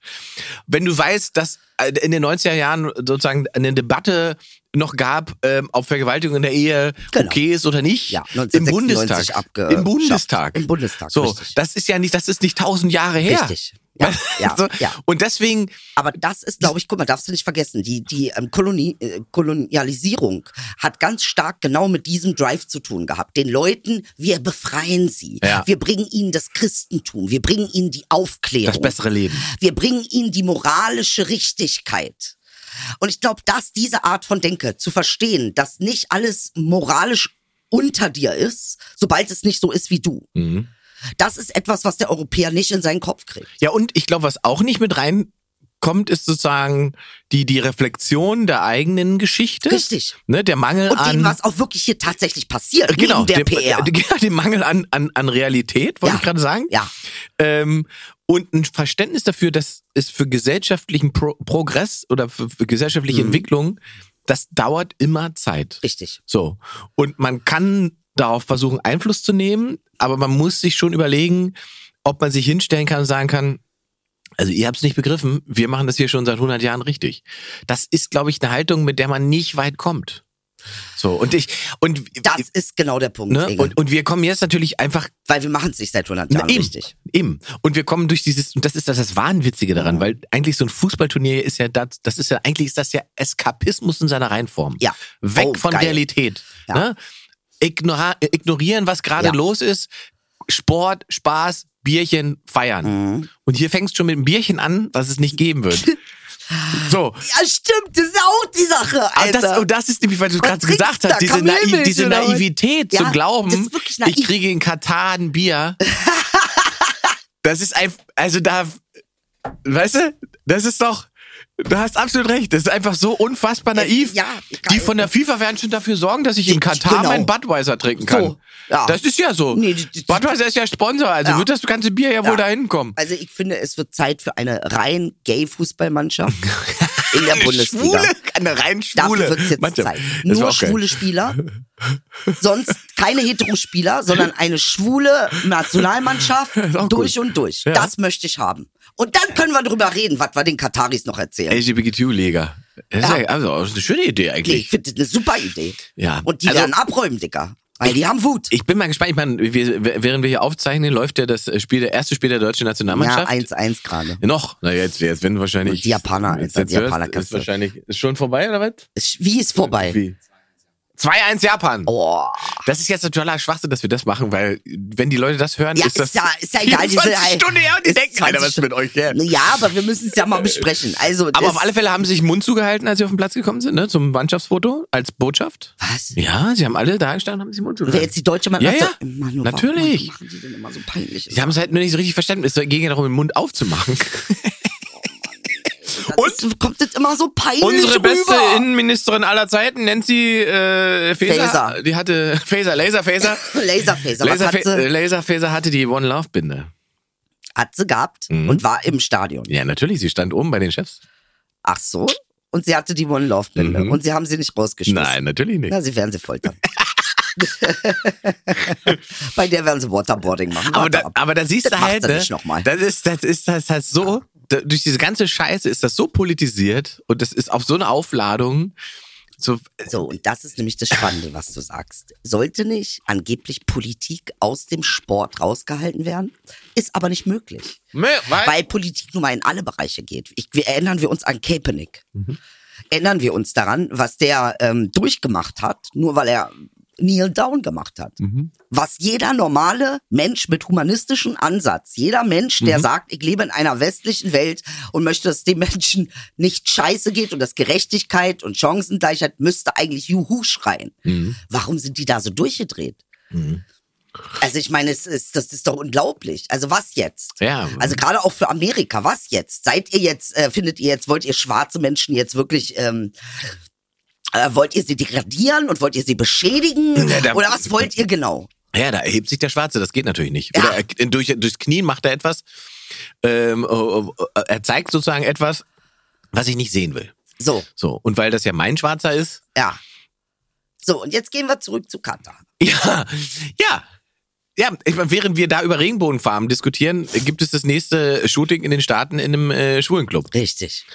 Wenn du weißt, dass äh, in den 90er Jahren sozusagen eine Debatte noch gab, ähm, ob Vergewaltigung in der Ehe
Genau.
okay ist oder nicht,
Ja,
im
1996
Bundestag.
abgeschafft.
Im Bundestag.
Im Bundestag,
So,
richtig.
das ist ja nicht, das ist nicht tausend Jahre her.
Richtig. Ja,
(laughs)
ja,
so,
ja.
Und deswegen,
Aber das ist, glaube ich, guck mal, darfst du nicht vergessen, die, die ähm, Koloni äh, Kolonialisierung hat ganz stark genau mit diesem Drive zu tun gehabt. Den Leuten, wir befreien sie.
Ja.
Wir bringen ihnen das Christentum. Wir bringen ihnen die Aufklärung.
Das bessere Leben.
Wir bringen ihnen die moralische Richtigkeit. Und ich glaube, dass diese Art von Denke zu verstehen, dass nicht alles moralisch unter dir ist, sobald es nicht so ist wie du. Das ist etwas, was der Europäer nicht in seinen Kopf kriegt.
Ja, und ich glaube, was auch nicht mit reinkommt, ist sozusagen die, die Reflexion der eigenen Geschichte.
Richtig.
Ne, der Mangel
Und
an.
dem, was auch wirklich hier tatsächlich passiert,
(laughs) genau,
neben der
dem,
PR.
äh, ja, dem Mangel an, an, an Realität, wollte
Ja.
ich gerade sagen.
ja,
Ähm, und ein Verständnis dafür, dass es für gesellschaftlichen Pro Progress oder für, für gesellschaftliche
Mhm.
Entwicklung, das dauert immer Zeit.
richtig.
So. Und man kann darauf versuchen, Einfluss zu nehmen, aber man muss sich schon überlegen, ob man sich hinstellen kann und sagen kann, also ihr habt es nicht begriffen, wir machen das hier schon seit 100 Jahren richtig. Das ist, glaube ich, eine Haltung, mit der man nicht weit kommt. So, und ich, und,
Das ist genau der Punkt,
ne,
Inge.
und, und wir kommen jetzt natürlich einfach
weil wir machen es nicht seit 100 Jahren
eben,
richtig.
Eben. Und wir kommen durch dieses, und das ist das, das Wahnwitzige daran, weil eigentlich so ein Fußballturnier ist ja das, das ist ja, eigentlich ist das ja Eskapismus in seiner Reinform.
Ja.
Weg
Oh,
von
geil.
Realität.
Ja.
Ne? Ignora äh, ignorieren, was gerade
Ja.
los ist. Sport, Spaß, Bierchen,
Mhm.
feiern. Und hier fängst du schon mit einem Bierchen an, was es nicht geben
(laughs)
wird. so.
Ja, stimmt, das ist auch die Sache,
Aber
Alter.
Ah, das, und das ist nämlich, weil du
Was
gerade
trinkst
gesagt
du da?
hast, diese, Naiv
Kamelmilch
diese
oder was?
Naivität
Ja,
zu
das
glauben,
ist wirklich naiv. (laughs)
ich kriege in Katar ein Bier. das ist einfach, also da, Weißt du, das ist doch. Du hast absolut recht. Das ist einfach so unfassbar naiv.
Äh, Ja,
die von der FIFA werden schon dafür sorgen, dass ich in Katar
Genau.
meinen Budweiser trinken kann.
So, ja.
Das ist ja so.
Nee, die- die-
Budweiser ist ja Sponsor, also
Ja.
wird das ganze Bier ja,
Ja.
wohl dahin kommen.
Also ich finde, es wird Zeit für eine rein
(laughs)
gay Fußballmannschaft in der Bundesliga.
Schwule, eine rein Schwule.
Dafür wird es jetzt
Manche-
Zeit.
Das war
Nur
auch geil.
schwule Spieler. Sonst keine Heterospieler, sondern eine schwule Nationalmannschaft
(laughs) auch
durch
gut.
und durch.
Ja.
Das möchte ich haben. Und dann können wir drüber reden, was wir den Kataris noch erzählen.
LGBTQ-Liga. Das ist
Ja.
ja. also das ist eine schöne Idee
Nee,
eigentlich.
ich finde das eine super Idee.
Ja.
Und die
Also-
werden abräumen, Dicker. Weil die haben Wut.
Ich bin mal gespannt. Ich meine, wir, während wir hier aufzeichnen, läuft ja das Spiel, der erste Spiel der deutschen
Ja,
Nationalmannschaft.
1-1 gerade.
Noch. Na jetzt, jetzt werden wahrscheinlich.
Die Japaner,
jetzt,
Alter,
jetzt
die Japaner
hörst,
kannst
ist
du.
wahrscheinlich ist schon vorbei oder was?
Ist- Wie ist vorbei?
Wie? 2-1 Japan.
Oh.
Das ist jetzt totaler Schwachsinn, dass wir das machen, weil wenn die Leute das hören,
Ja,
ist das
ist ja- ist ja egal, die sind
24
halt-
Stunden her und die
ist
denken, Alter, was ist
20
mit euch her?
Ja, aber wir müssen es ja mal besprechen. Also,
Aber
das-
auf alle Fälle haben sie sich Mund zugehalten, als sie auf den Platz gekommen sind, ne, zum Mannschaftsfoto als Botschaft.
Was?
Ja, sie haben alle da gestanden, haben sich Mund
Wer
zugehalten.
jetzt die deutsche Mannschaft?
Äh, Ja, ja.
Mann, oh,
Natürlich.
Warum machen die denn immer so peinlich?
Sie haben es halt nur nicht so richtig verstanden. Es ging ja darum, den Mund (laughs) aufzumachen.
Und ist, kommt das immer so peinlich
Unsere beste
rüber?
Innenministerin aller Zeiten, Nancy äh, Faeser,
Faeser.
die hatte (laughs) Faeser, Laser Faeser.
Laserfaser. Was
Laser,
hat
Fa äh,
sie,
Laser Faeser hatte die One Love Binde.
hat sie gehabt und war im Stadion.
Mhm. Ja, natürlich, sie stand oben bei den Chefs.
Ach so. Und sie hatte die One Love Binde.
Mhm.
Und sie haben sie nicht rausgeschmissen.
Nein, natürlich nicht.
Na, sie werden sie foltern. (laughs) Bei der werden sie Waterboarding machen.
aber,
Warte
da,
ab.
aber da siehst
Das
du
macht
halt,
sie
ne,
nicht noch mal.
das ist, das ist, das ist halt so, da, durch diese ganze Scheiße ist das so politisiert und das ist auf so eine Aufladung, so, äh,
So, und das ist nämlich das Spannende, was du sagst. Sollte nicht angeblich Politik aus dem Sport rausgehalten werden? Ist aber nicht möglich.
Mö, weil,
Weil Politik nun mal in alle Bereiche geht. Ich, wir erinnern wir uns an Kaepernick. Erinnern wir uns daran, was der ähm, durchgemacht hat, nur weil er Kneel Down gemacht hat. Was jeder normale Mensch mit humanistischem Ansatz, jeder Mensch, der sagt, ich lebe in einer westlichen Welt und möchte, dass es den Menschen nicht scheiße geht und dass Gerechtigkeit und Chancengleichheit müsste eigentlich Juhu schreien. Warum sind die da so durchgedreht? Also ich meine, es ist, das ist doch unglaublich. Also was jetzt?
Ja.
Also gerade auch für Amerika, was jetzt? Seid ihr jetzt, äh, findet ihr jetzt, wollt ihr schwarze Menschen jetzt wirklich, ähm, äh, wollt ihr sie degradieren und wollt ihr sie beschädigen?
Ja, da-
Oder was wollt ihr genau?
ja, da erhebt sich der Schwarze, das geht natürlich nicht.
Ja.
Oder er, durch, durchs Knien macht er etwas, ähm, oh, oh, oh, er zeigt sozusagen etwas, was ich nicht sehen will.
So,
So, und weil das ja mein Schwarzer ist, (laughs)
ja. So, und jetzt gehen wir zurück zu Katar.
Ja, ja. Ja, ich meine, während wir da über Regenbogenfarben diskutieren, äh, gibt es das nächste Shooting in den Staaten in einem äh, Schwulenclub.
Richtig.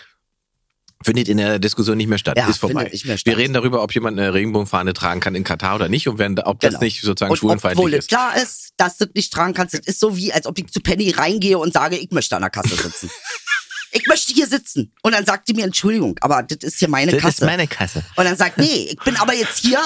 Findet in der Diskussion nicht mehr statt.
Ja,
ist vorbei.
findet nicht mehr statt.
Wir reden darüber, ob jemand eine Regenbogenfahne tragen kann in Katar oder nicht und wenn, ob das
Genau.
nicht sozusagen
Und obwohl
schwulenfeindlich
es
ist.
klar ist, dass du das nicht tragen kannst, das ist so wie, als ob ich zu Penny reingehe und sage, ich möchte an der
(laughs)
Kasse sitzen. ich möchte hier sitzen. Und dann sagt die mir, Entschuldigung, aber das ist hier meine
Das
Kasse.
ist meine Kasse.
Und dann sagt, nee, ich bin aber jetzt hier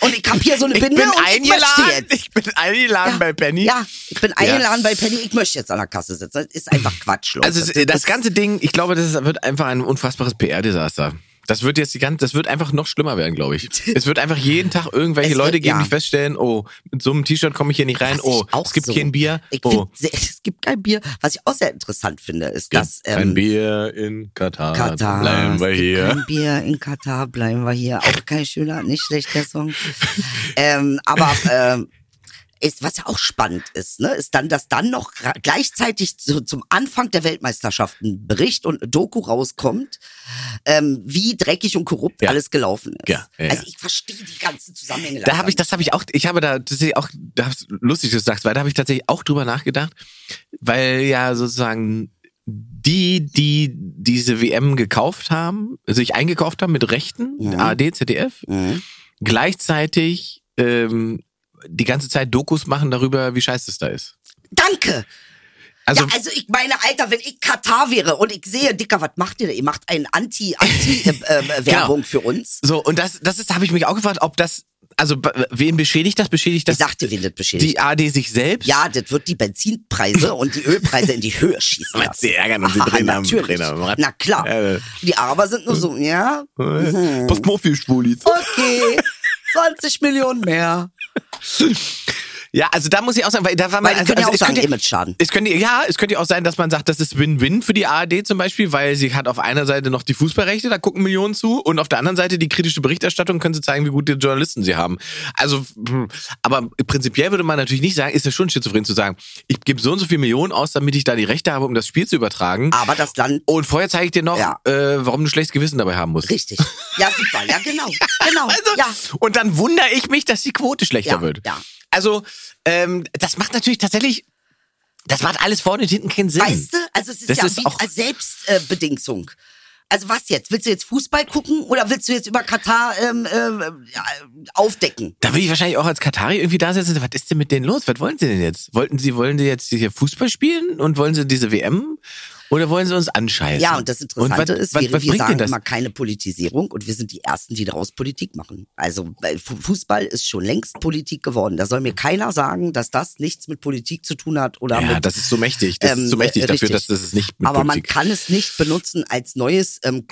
und ich habe hier so
(laughs)
eine
Ich
Binde
bin
und ich möchte
eingeladen.
jetzt.
Ich bin eingeladen bei Penny.
Ja, ich bin eingeladen bei Penny, ich möchte jetzt an der Kasse sitzen. Das ist einfach Quatsch, Leute.
Also das, das ganze Ding, ich glaube, das ist- wird einfach ein unfassbares PR-Desaster. Das wird jetzt die ganze, das wird einfach noch schlimmer werden, glaube
(laughs)
ich. Es wird einfach jeden Tag irgendwelche
Es
Leute
wird-
geben,
ja.
die feststellen, oh, mit so einem T-Shirt komme ich hier nicht rein,
Was
oh,
ich auch
es gibt
so-
kein Bier,
Ich
oh,
find, sehr- (laughs) es gibt kein Bier. Was ich auch sehr interessant finde, ist,
gibt
dass
kein
ähm,
Bier in Katar,
Katar,
Äh, bleiben wir
es gibt
hier.
kein Bier in Katar, bleiben wir hier. Auch kein schöner, nicht schlechter Song. ähm, aber ähm, ist, was ja auch spannend ist, ne, ist dann, dass dann noch ra- gleichzeitig zu, zum Anfang der Weltmeisterschaft ein Bericht und eine Doku rauskommt, ähm, wie dreckig und korrupt
Ja.
alles gelaufen ist.
Ja, ja, ja.
Also ich verstehe die ganzen Zusammenhänge.
Da habe ich, das habe ich auch, ich habe da tatsächlich auch, das, lustig, dass du sagst, weil da habe ich tatsächlich auch drüber nachgedacht, weil ja sozusagen die, die diese WM gekauft haben, sich eingekauft haben mit Rechten,
Mhm.
ARD, ZDF,
Mhm.
gleichzeitig ähm, die ganze Zeit Dokus machen darüber, wie scheiße es da ist.
Danke!
Also,
ja, also ich meine, Alter, wenn ich Katar wäre und ich sehe, Dicker, was macht ihr da? Ihr macht einen
(laughs)
Anti-Anti-Werbung
Genau.
äh, Werbung für uns.
so, und das, das ist, habe ich mich auch gefragt, ob das, also, b- wen beschädigt das? Beschädigt das
Ich sagte, wen das beschädigt.
die AD sich selbst?
Ja, das wird die Benzinpreise und die Ölpreise in die Höhe schießen.
Weil sie
lassen.
ärgern und sie
Aha,
drehen am-
natürlich.
drehen am Rad.
Na klar.
Ja.
Die Araber sind nur so, ja, Mhm.
Äh, (laughs) Pass mal auf, ihr Schwulis.
okay, 20 Millionen mehr.
Ja, also da muss ich auch sagen, weil da war
Weil die
also,
können ja
also,
auch
es
sagen,
könnte-
Image-Schaden.
Es könnte, ja, es könnte auch sein, dass man sagt, das ist Win-Win für die ARD zum Beispiel, weil sie hat auf einer Seite noch die Fußballrechte, da gucken Millionen zu, und auf der anderen Seite die kritische Berichterstattung, können sie zeigen, wie gute Journalisten sie haben. Also, mh, aber prinzipiell würde man natürlich nicht sagen, ist das schon schizophren zu sagen, ich gebe so und so viel Millionen aus, damit ich da die Rechte habe, um das Spiel zu übertragen.
Aber das oh, dann
Und vorher zeige ich dir noch,
Ja.
äh, warum du schlechtes Gewissen dabei haben musst.
richtig. Ja, super. Ja, genau. Genau.
Also,
ja.
Und dann wundere ich mich, dass die Quote schlechter
Ja,
wird.
ja.
Also, ähm, das macht natürlich tatsächlich, das macht alles vorne und hinten keinen Sinn.
Weißt du, also es ist
Das
ja
ist
wie
auch-
als Selbstbedingung. Also was jetzt? Willst du jetzt Fußball gucken oder willst du jetzt über Katar ähm, ähm, ja, aufdecken?
Da will ich wahrscheinlich auch als Katari irgendwie da sitzen. Was ist denn mit denen los? Was wollen sie denn jetzt? Wollten sie, wollen sie jetzt hier Fußball spielen und wollen sie diese WM? Oder wollen sie uns anscheißen?
Ja, und das Interessante
was-
ist,
was,
wir,
was
wir
bringt
sagen
denn das?
immer keine Politisierung und wir sind die Ersten, die daraus Politik machen. Also weil Fu- Fußball ist schon längst Politik geworden. Da soll mir keiner sagen, dass das nichts mit Politik zu tun hat oder
ja,
mit
das ist so mächtig. Das
ähm,
ist so mächtig
äh,
dafür,
richtig.
dass das ist nicht mit
Aber
Politik.
man kann es nicht benutzen als neues ähm,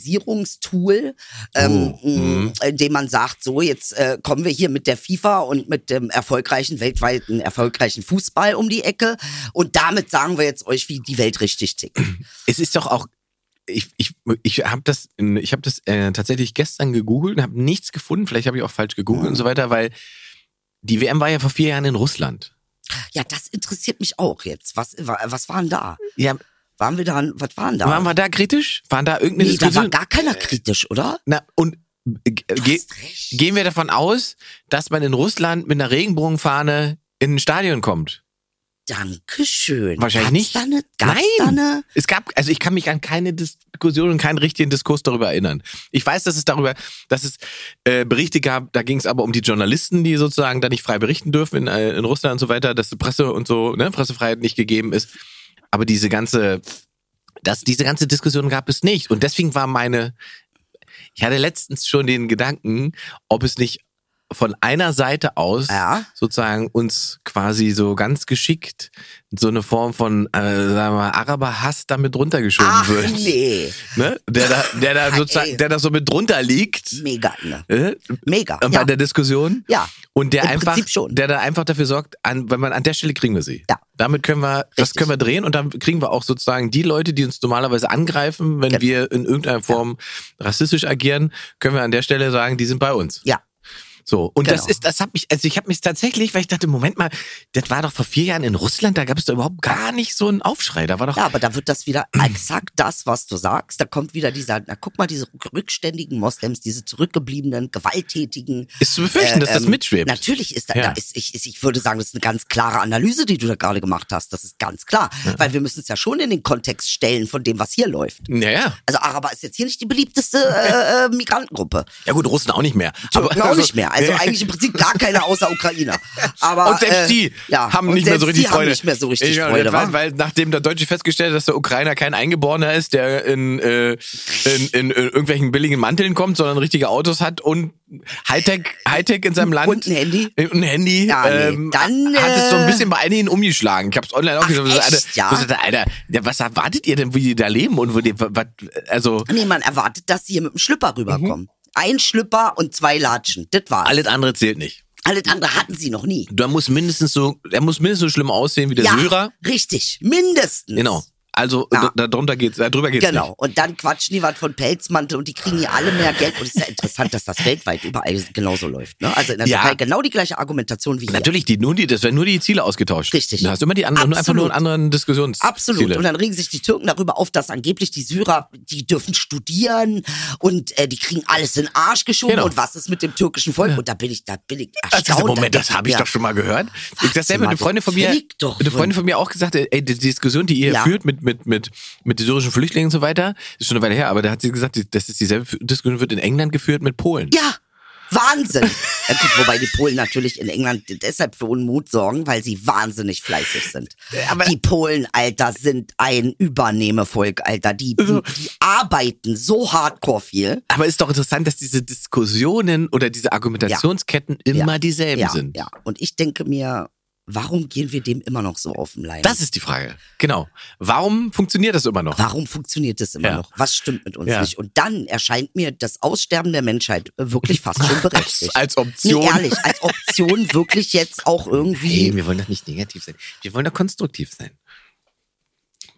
Kolonialisierungstool,
Oh,
ähm,
mhm.
mh, indem man sagt, so jetzt äh, kommen wir hier mit der FIFA und mit dem erfolgreichen, weltweiten, erfolgreichen Fußball um die Ecke und damit sagen wir jetzt euch, wie die Welt richtig tickt.
es ist doch auch ich, ich, ich habe das, in- ich hab das äh, tatsächlich gestern gegoogelt und habe nichts gefunden. Vielleicht habe ich auch falsch gegoogelt und so weiter, weil die WM war ja vor vier Jahren in Russland.
Ja, das interessiert mich auch jetzt. Was, wa- was waren da?
Ja,
Waren wir da, was waren da?
waren wir da kritisch? Waren da irgendeine
nee, da war
Diskussion?
gar keiner kritisch, oder?
Na, und äh, ge-
Du
ge
hast recht.
gehen wir davon aus, dass man in Russland mit einer Regenbogenfahne in ein Stadion kommt.
Dankeschön.
Wahrscheinlich
Gab's
nicht.
Da eine, gab's
Nein.
Da eine,
Es gab, also ich kann mich an keine Diskussion und keinen richtigen Diskurs darüber erinnern. Ich weiß, dass es darüber, dass es äh, Berichte gab, da ging es aber um die Journalisten, die sozusagen da nicht frei berichten dürfen in, äh, in Russland und so weiter, dass die Presse und so, ne, Pressefreiheit nicht gegeben ist. Aber diese ganze, das, diese ganze Diskussion gab es nicht. Und deswegen war meine, ich hatte letztens schon den Gedanken, ob es nicht von einer Seite aus
Ja.
sozusagen uns quasi so ganz geschickt so eine Form von, äh, sagen wir mal, Araberhass damit runtergeschoben
ach
wird.
nee,
Ne? Der da, der da
(laughs) Ey.
sozusagen, der da so mit drunter liegt.
mega, ne.
Äh?
Mega.
Bei
Ja.
der Diskussion.
Ja.
Und der
Im
einfach,
Prinzip schon.
der da einfach dafür sorgt, an, wenn man an der Stelle kriegen wir sie.
Ja.
Damit können wir, das
Richtig.
können wir drehen und dann kriegen wir auch sozusagen die Leute, die uns normalerweise angreifen, wenn
Genau.
wir in irgendeiner Form rassistisch agieren, können wir an der Stelle sagen, die sind bei uns.
Ja.
So. Und das
Genau.
ist, das hat mich, also ich habe mich tatsächlich, weil ich dachte, Moment mal, das war doch vor vier Jahren in Russland, da gab es doch überhaupt gar nicht so einen Aufschrei. Da war doch
Ja, aber da wird das wieder exakt das, was du sagst. Da kommt wieder dieser, na guck mal, diese rückständigen Moslems, diese zurückgebliebenen, gewalttätigen.
Ist zu befürchten, dass das mitschwebt.
Ähm, Natürlich ist da,
Ja.
da ist, ich, ist, ich würde sagen, das ist eine ganz klare Analyse, die du da gerade gemacht hast. Das ist ganz klar. Weil wir müssen es ja schon in den Kontext stellen von dem, was hier läuft.
Naja.
Also Araber ist jetzt hier nicht die beliebteste äh, äh,
(laughs)
Migrantengruppe.
Ja gut, Russen auch nicht mehr.
Aber auch
also-
nicht mehr.
(laughs)
Also eigentlich im Prinzip gar keine außer Ukrainer. Aber,
und selbst
äh,
die
ja.
haben
Und
nicht mehr so
selbst
richtig
die haben
Freude.
nicht mehr so richtig
Ja,
Freude,
weil,
wa?
weil nachdem der Deutsche festgestellt hat, dass der Ukrainer kein Eingeborener ist, der in, äh, in, in, in irgendwelchen billigen Manteln kommt, sondern richtige Autos hat und Hightech, Hightech in seinem Land
Und ein Handy?
äh, und ein Handy
Ja, nee,
ähm,
dann,
hat es so ein
äh,
bisschen bei einigen umgeschlagen. Ich hab's online auch
Ach,
gesehen.
echt,
Alter,
ja?
so sagt er, Alter, ja, was erwartet ihr denn, wie die da leben und wo die, was, also
Nee, man erwartet, dass sie hier mit dem Schlüpper rüberkommen. Ein Schlüpper und zwei Latschen. Das war's.
Mhm. alles andere zählt nicht.
Alles andere hatten sie noch nie.
Da muss mindestens so, er muss mindestens so schlimm aussehen wie der Syrer.
richtig. Mindestens.
Genau. Also
Ja.
da- darunter geht's, darüber geht's
Genau. Und dann quatschen die was von Pelzmantel und die kriegen hier alle mehr Geld. Und es ist ja interessant, dass das weltweit überall genauso läuft. Ne? Also in der
Ja.
Türkei genau die gleiche Argumentation wie hier.
Natürlich, die, nur die, das werden nur die Ziele ausgetauscht.
Richtig.
Du hast immer die anderen, nur einfach nur
Absolut.
einen anderen Diskussionsziele.
Absolut. Und dann regen sich die Türken darüber auf, dass angeblich die Syrer, die dürfen studieren und äh, die kriegen alles in den Arsch geschoben.
Genau.
Und was ist mit dem türkischen Volk? Und da bin ich, da bin ich
Das
erstaunt.
ist, Moment,
Da
das
denk
habe ich
mir,
doch schon mal gehört. Ich, dasselbe,
mal,
eine Freundin von mir,
das liegt doch
eine Freundin
drin.
von mir auch gesagt, ey, die Diskussion, die ihr
Ja.
führt mit, mit, mit, mit den syrischen Flüchtlingen und so weiter, ist schon eine Weile her, aber da hat sie gesagt, die- das ist dieselbe F- Diskussion wird in England geführt mit Polen.
Ja, Wahnsinn. ja, gut, wobei die Polen natürlich in England deshalb für Unmut sorgen, weil sie wahnsinnig fleißig sind.
Äh, aber-
die Polen, Alter, sind ein Übernehmevolk, Alter. Die,
Also
die, die arbeiten so hardcore viel.
Aber ist doch interessant, dass diese Diskussionen oder diese Argumentationsketten immer dieselben
ja,
sind.
ja. Und ich denke mir, Warum gehen wir dem immer noch so auf den Leim?
Das ist die Frage. Genau. Warum funktioniert das immer noch?
Warum funktioniert das immer
Ja.
noch? Was stimmt mit uns
Ja.
nicht? Und dann erscheint mir das Aussterben der Menschheit äh, wirklich fast
(laughs)
schon berechtigt.
Als Option.
Nee, ehrlich, als Option wirklich jetzt
(laughs)
auch irgendwie.
Hey, wir wollen doch nicht negativ sein. Wir wollen doch konstruktiv sein.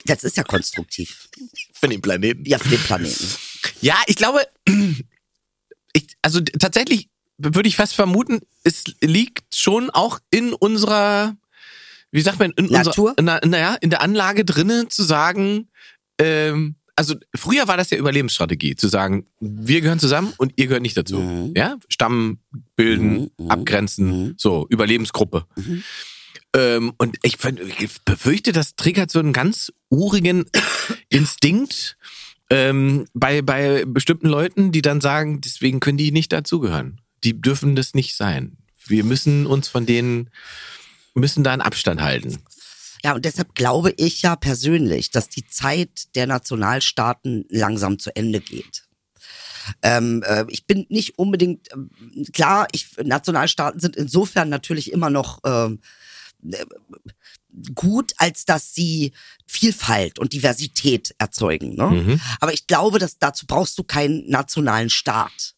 Das ist ja konstruktiv.
Für den Planeten.
Ja, für den Planeten.
Ja, ich glaube, (clears throat) ich, also d- tatsächlich würde ich fast vermuten, es liegt schon auch in unserer, wie sagt man, in
Natur?
unserer, na, naja, in der Anlage drinne zu sagen, ähm, also früher war das ja Überlebensstrategie, zu sagen, wir gehören zusammen und ihr gehört nicht dazu.
Mhm.
Ja, Stamm bilden,
Mhm, mhm,
abgrenzen,
mhm.
so Überlebensgruppe. Ähm, und ich, find- ich befürchte, das triggert so einen ganz urigen (coughs) Instinkt ähm, bei, bei bestimmten Leuten, die dann sagen, deswegen können die nicht dazugehören. Die dürfen das nicht sein. Wir müssen uns von denen, müssen da einen Abstand halten.
Ja, und deshalb glaube ich ja persönlich, dass die Zeit der Nationalstaaten langsam zu Ende geht. Ähm, äh, ich bin nicht unbedingt, ähm, klar, ich, Nationalstaaten sind insofern natürlich immer noch ähm, äh, gut, als dass sie Vielfalt und Diversität erzeugen. Ne? Aber ich glaube, dass dazu brauchst du keinen nationalen Staat.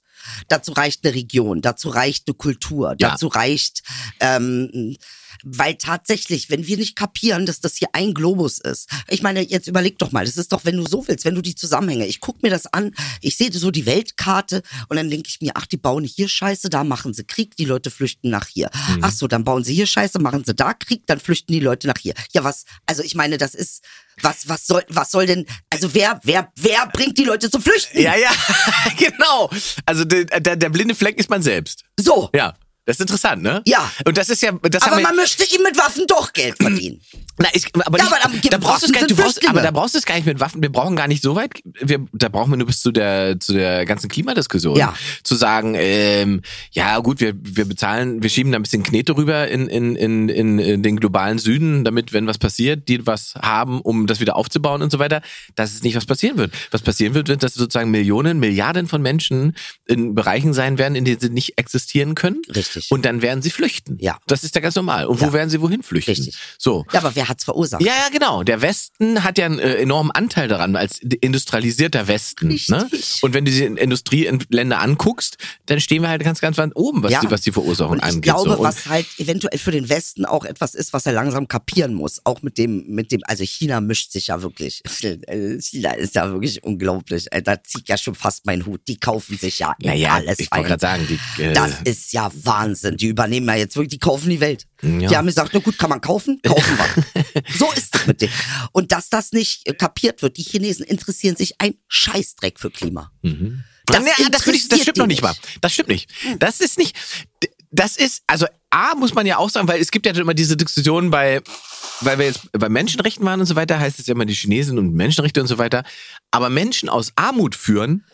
Dazu reicht eine Region, dazu reicht eine Kultur,
Ja.
dazu reicht, ähm, weil tatsächlich, wenn wir nicht kapieren, dass das hier ein Globus ist, ich meine, jetzt überleg doch mal, das ist doch, wenn du so willst, wenn du die Zusammenhänge, ich guck mir das an, ich sehe so die Weltkarte und dann denke ich mir, ach, die bauen hier Scheiße, da machen sie Krieg, die Leute flüchten nach hier.
Mhm.
Ach so, dann bauen sie hier Scheiße, machen sie da Krieg, dann flüchten die Leute nach hier. Ja, was, also ich meine, das ist, was, was soll, was soll denn, also wer, wer, wer bringt die Leute zum Flüchten?
Ja, (laughs) ja, genau. Also der, der, der blinde Fleck ist man selbst.
So.
Ja. Das ist interessant, ne?
Ja.
Und das ist ja, das
Aber
haben wir,
man möchte ihm mit Waffen doch Geld verdienen.
Na, ich, aber,
Ja,
nicht,
aber am-
da brauchst du es
Waffen
gar nicht, du
sind
brauchst,
Flüchtlinge.
aber da brauchst du es gar nicht mit Waffen. Wir brauchen gar nicht so weit. Wir, da brauchen wir nur bis zu der zu der ganzen Klimadiskussion
Ja.
zu sagen, ähm, ja gut, wir, wir bezahlen, wir schieben da ein bisschen Knete rüber in, in, in, in, in den globalen Süden, damit wenn was passiert, die was haben, um das wieder aufzubauen und so weiter. Das ist nicht was passieren wird. Was passieren wird, wird, dass sozusagen Millionen, Milliarden von Menschen in Bereichen sein werden, in denen sie nicht existieren können.
Richtig.
Und dann werden sie flüchten.
Ja.
Das ist ja ganz normal. Und wo
Ja.
werden sie wohin flüchten?
Richtig.
So.
(clears throat) Ja, aber wer hat's verursacht?
Ja, ja, genau. Der Westen hat ja einen äh, enormen Anteil daran, als industrialisierter Westen.
Richtig.
Ne? Und wenn du die Industrieländer anguckst, dann stehen wir halt ganz, ganz weit oben, was,
Ja.
die, was die Verursachung
Und ich
angeht.
glaube,
so. Und
was halt eventuell für den Westen auch etwas ist, was er langsam kapieren muss. Auch mit dem, mit dem, also China mischt sich ja wirklich. (laughs) China ist ja wirklich unglaublich. Äh, Da zieht ja schon fast mein Hut. Die kaufen sich ja in
naja,
alles
ich
ein.
wollte gerade sagen, die, äh,
das ist ja Wahnsinn. Die übernehmen ja jetzt wirklich, die kaufen die Welt.
Ja.
Die haben gesagt, na gut, kann man kaufen? Kaufen
(laughs)
wir. so ist es mit denen. Und dass das nicht äh, kapiert wird, die Chinesen interessieren sich ein Scheißdreck für Klima.
das, Mhm. ja, das, würde ich, das
interessiert
stimmt
die Hm.
noch nicht mal. Das stimmt nicht. Das ist nicht. d- Das ist, also A muss man ja auch sagen, weil es gibt ja immer diese Diskussion bei, weil wir jetzt bei Menschenrechten waren und so weiter, heißt es ja immer die Chinesen und Menschenrechte und so weiter. Aber Menschen aus Armut führen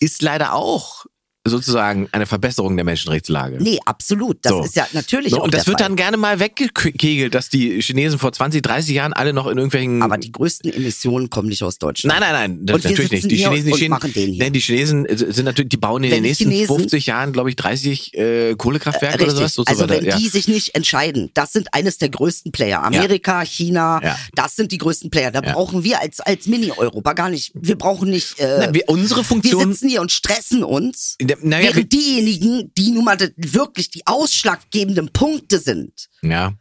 ist leider auch sozusagen eine Verbesserung der Menschenrechtslage.
Nee, absolut. Das
So.
ist ja natürlich
So,
auch
und das
der
wird
Fall.
dann gerne mal weggekegelt, dass die Chinesen vor 20, 30 Jahren alle noch in irgendwelchen
Aber die größten Emissionen kommen nicht aus Deutschland.
Nein, nein, nein, das
Und wir
natürlich
sitzen
nicht. Die
hier
Chinesen, die
und
Chinesen,
machen den hier.
Nein, die Chinesen äh, sind natürlich, die bauen in
Wenn
den
die
nächsten
Chinesen-
50 Jahren, glaube ich, 30 äh, Kohlekraftwerke oder sowas. so- so
also
weiter,
wenn
ja.
die sich nicht entscheiden, das sind eines der größten Player. Amerika, China,
Ja.
das sind die größten Player. Da
Ja.
brauchen wir als, als Mini-Europa gar nicht, wir brauchen nicht... Äh,
Na, wir, unsere
wir
Funktion.
sitzen hier und stressen uns,
Na, naja, wir-
während diejenigen, die nun mal de- wirklich die ausschlaggebenden Punkte sind.
ja.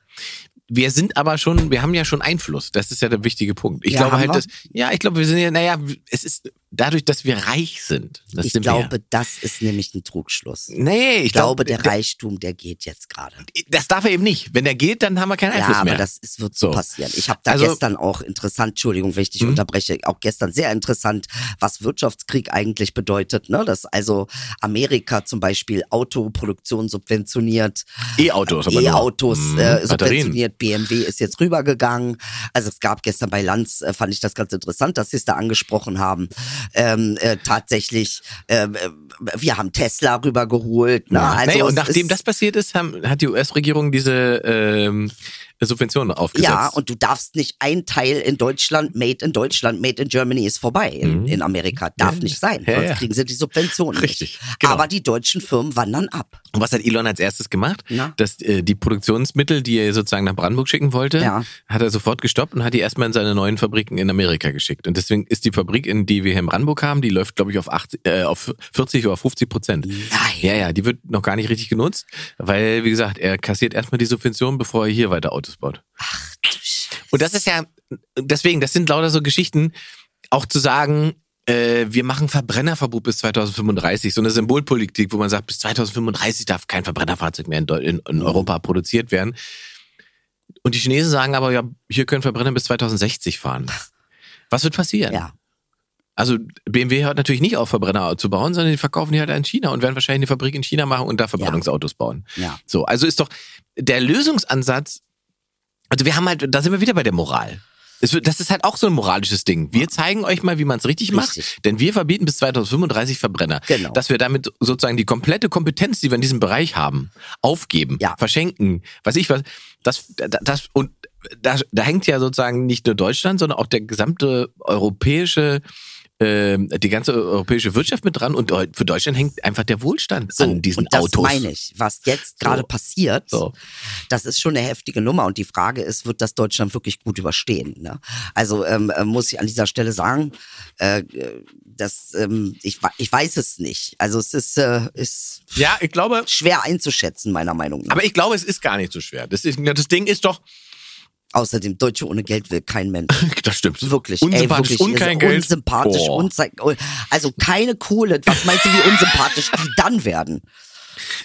Wir sind aber schon, wir haben ja schon Einfluss. Das ist ja der wichtige Punkt. Ich
Ja,
glaube
haben
halt,
wir?
dass, ja, ich glaube, wir sind ja, naja, es ist dadurch, dass wir reich sind. Das
ich
sind
glaube, das ist nämlich ein Trugschluss.
wir. Nee, ich,
ich glaube, der
der,
Reichtum, der geht jetzt gerade.
das darf er eben nicht. Wenn der geht, dann haben wir keinen
Ja,
Einfluss
aber
mehr.
das ist, wird so,
So.
passieren. Ich habe da
Also- Mhm.
gestern auch interessant, Entschuldigung, wenn ich dich unterbreche, auch gestern sehr interessant, was Wirtschaftskrieg eigentlich bedeutet, ne? Dass also Amerika zum Beispiel Autoproduktion subventioniert,
E-Autos, aber nur.
E-Autos
Mhm,
äh,
Batterien.
subventioniert, BMW ist jetzt rübergegangen. Also es gab gestern bei Lanz, äh, fand ich das ganz interessant, dass sie es da angesprochen haben. Ähm, äh, tatsächlich, ähm, äh, wir haben Tesla rübergeholt. Ne?
Ja.
Also
naja, und
es
nachdem
ist-
das passiert ist, haben, hat die US-Regierung diese ähm, Subventionen aufgesetzt.
Ja, und du darfst nicht ein Teil in Deutschland, made in Deutschland, made in Germany ist vorbei in, in Amerika. Darf
Mhm. Ja.
nicht sein,
Ja,
sonst
ja.
kriegen sie die Subventionen.
Richtig,
Nicht.
genau.
Aber die deutschen Firmen wandern ab.
Und was hat Elon als erstes gemacht?
Na?
Dass äh, die Produktionsmittel, die er sozusagen nach Brandenburg schicken wollte,
Ja.
hat er sofort gestoppt und hat die erstmal in seine neuen Fabriken in Amerika geschickt. Und deswegen ist die Fabrik, in die wir hier in Brandenburg haben, die läuft, glaube ich, auf, 80, äh, auf 40 oder 50 Prozent. Ja, ja, die wird noch gar nicht richtig genutzt, weil, wie gesagt, er kassiert erstmal die Subvention, bevor er hier weiter Autos baut. Und das ist ja, deswegen, das sind lauter so Geschichten, auch zu sagen, äh, wir machen Verbrennerverbot bis 2035, so eine Symbolpolitik, wo man sagt, bis 2035 darf kein Verbrennerfahrzeug mehr in, Deu- in, in Europa produziert werden. Und die Chinesen sagen aber, ja, hier können Verbrenner bis 2060 fahren. Was wird passieren?
Ja.
Also BMW hört natürlich nicht auf, Verbrenner zu bauen, sondern die verkaufen die halt an China und werden wahrscheinlich eine Fabrik in China machen und da Verbrennungsautos bauen.
Ja.
So, also ist doch der Lösungsansatz, also wir haben halt, da sind wir wieder bei der Moral. Es wird- Das ist halt auch so ein moralisches Ding. Wir zeigen euch mal, wie man es richtig,
Richtig.
macht, denn wir verbieten bis 2035 Verbrenner.
Genau.
Dass wir damit sozusagen die komplette Kompetenz, die wir in diesem Bereich haben, aufgeben,
Ja.
verschenken, weiß ich was. Das, das, und da, da hängt ja sozusagen nicht nur Deutschland, sondern auch der gesamte europäische ähm, die ganze europäische Wirtschaft mit dran und für Deutschland hängt einfach der Wohlstand
So,
an diesen
und das
Autos.
meine ich. Was jetzt gerade passiert,
So.
das ist schon eine heftige Nummer. Und die Frage ist, wird das Deutschland wirklich gut überstehen? Ne? Also ähm, äh, muss ich an dieser Stelle sagen, äh, äh, dass ähm, ich, wa- ich weiß es nicht. Also es ist, äh, ist
Ja, ich glaube,
schwer einzuschätzen, meiner Meinung nach.
aber ich glaube, es ist gar nicht so schwer. Das, ist, das Ding ist doch,
Außerdem, Deutsche ohne Geld will kein Mensch.
(laughs) das stimmt.
Wirklich,
Unsympathisch
ey, wirklich,
und
ist
kein Geld.
Unsympathisch,
Boah.
unzei- oh, also keine Kohle. Was meinst du, wie unsympathisch die dann werden?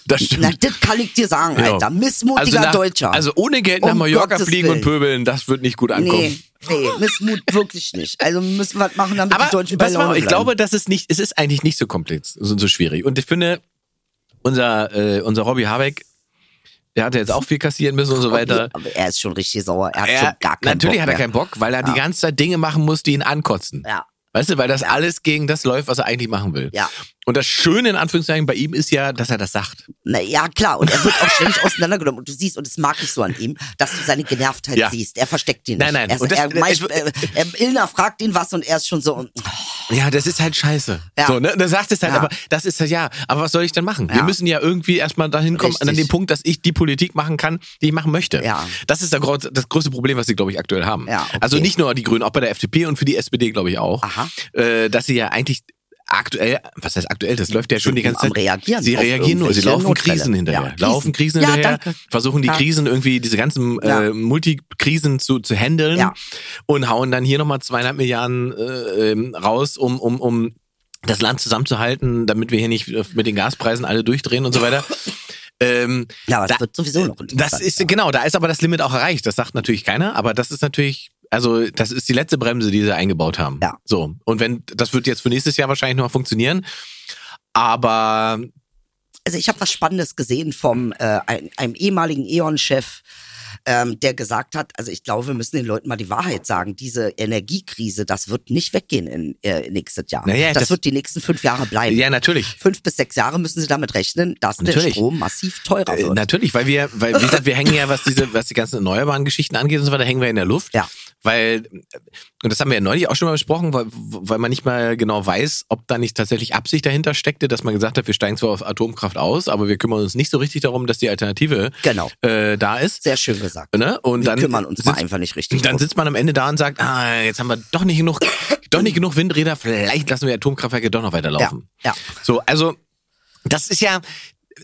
Das
Na,
stimmt.
das kann ich dir sagen,
Ja.
Alter. Missmutiger
nach,
Deutscher.
Also ohne Geld nach
Um
Mallorca
Gottes
fliegen und
Willen.
pöbeln, das wird nicht gut ankommen.
Nee, nee, Missmut wirklich nicht. Also wir müssen wir was machen, damit
Aber
die Deutschen bei
pass mal,
Laune
auf, ich
bleiben.
glaube, das ist nicht, es ist eigentlich nicht so komplex und so schwierig. Und ich finde, unser, äh, unser Robby Habeck, der hatte jetzt auch viel kassieren müssen und so weiter.
Aber er ist schon richtig sauer. Er hat
Er-
schon gar keinen
natürlich
Bock
hat er
mehr.
keinen Bock, weil er die ganze Zeit Dinge machen muss, die ihn ankotzen.
Ja.
Weißt du, weil das alles gegen das läuft, was er eigentlich machen will.
Ja.
Und das Schöne in Anführungszeichen bei ihm ist ja, dass er das sagt.
Na, ja, klar. Und er wird auch ständig auseinandergenommen. Und du siehst, und das mag ich so an ihm, dass du seine Genervtheit
Ja.
siehst. Er versteckt die nicht.
Nein, nein.
Er, ist-
Und das-
er, meist-
es-
äh, äh, Ilna fragt ihn was und er ist schon so. oh,
Ja, das ist halt scheiße.
Ja.
So, ne? Und er sagt es halt,
Ja.
aber das ist halt, ja, aber was soll ich denn machen?
Ja.
Wir müssen ja irgendwie erstmal dahin kommen, an
Richtig.
den Punkt, dass ich die Politik machen kann, die ich machen möchte.
Ja.
Das ist der, gro- das größte Problem, was sie, glaube ich, aktuell haben.
Ja, okay.
Also nicht nur die Grünen, auch bei der FDP und für die SPD, glaube ich, auch.
Aha.
Äh, dass sie ja eigentlich aktuell, was heißt aktuell, das läuft ja schon die ganze
am
Zeit.
Reagieren
sie
auf
reagieren nur, sie
irgendwelche
laufen
Notfälle.
Krisen hinterher.
Ja, Krisen.
Laufen Krisen
Ja,
hinterher,
danke.
versuchen die
Ja.
Krisen irgendwie, diese ganzen
Ja.
äh, Multikrisen zu, zu handeln
Ja.
und hauen dann hier nochmal zweieinhalb Milliarden äh, ähm, raus, um, um, um das Land zusammenzuhalten, damit wir hier nicht äh, mit den Gaspreisen alle durchdrehen und so
(laughs)
weiter. Ähm,
Ja, aber das
Da-
wird sowieso noch interessant.
das ist
ja.
genau, da ist aber das Limit auch erreicht. Das sagt natürlich keiner, aber das ist natürlich, also das ist die letzte Bremse, die sie eingebaut haben.
Ja.
So und wenn das wird jetzt für nächstes Jahr wahrscheinlich noch funktionieren, aber
Also ich habe was Spannendes gesehen vom äh, ein, einem ehemaligen Eon-Chef, ähm, der gesagt hat, also ich glaube, wir müssen den Leuten mal die Wahrheit sagen, diese Energiekrise, das wird nicht weggehen in äh, nächstes Jahr.
Naja,
das,
das-
wird die nächsten fünf Jahre bleiben.
ja natürlich.
Fünf bis sechs Jahre müssen sie damit rechnen, dass der
Natürlich.
Strom massiv teurer
Äh,
wird.
Natürlich, weil wir, weil wie gesagt, wir hängen ja, was diese, was die ganzen erneuerbaren Geschichten angeht und so weiter, hängen wir in der Luft.
Ja.
Weil, und das haben wir ja neulich auch schon mal besprochen, weil, weil man nicht mal genau weiß, ob da nicht tatsächlich Absicht dahinter steckte, dass man gesagt hat, wir steigen zwar auf Atomkraft aus, aber wir kümmern uns nicht so richtig darum, dass die Alternative
Genau.
äh, da ist.
Sehr schön gesagt.
Ne? Und
wir
dann
kümmern uns mal
sitzt,
einfach nicht richtig.
dann
drum.
sitzt man am Ende da und sagt, ah, jetzt haben wir doch nicht genug, doch nicht genug Windräder, vielleicht lassen wir Atomkraftwerke doch noch
ja,
weiterlaufen.
ja.
So, also das ist ja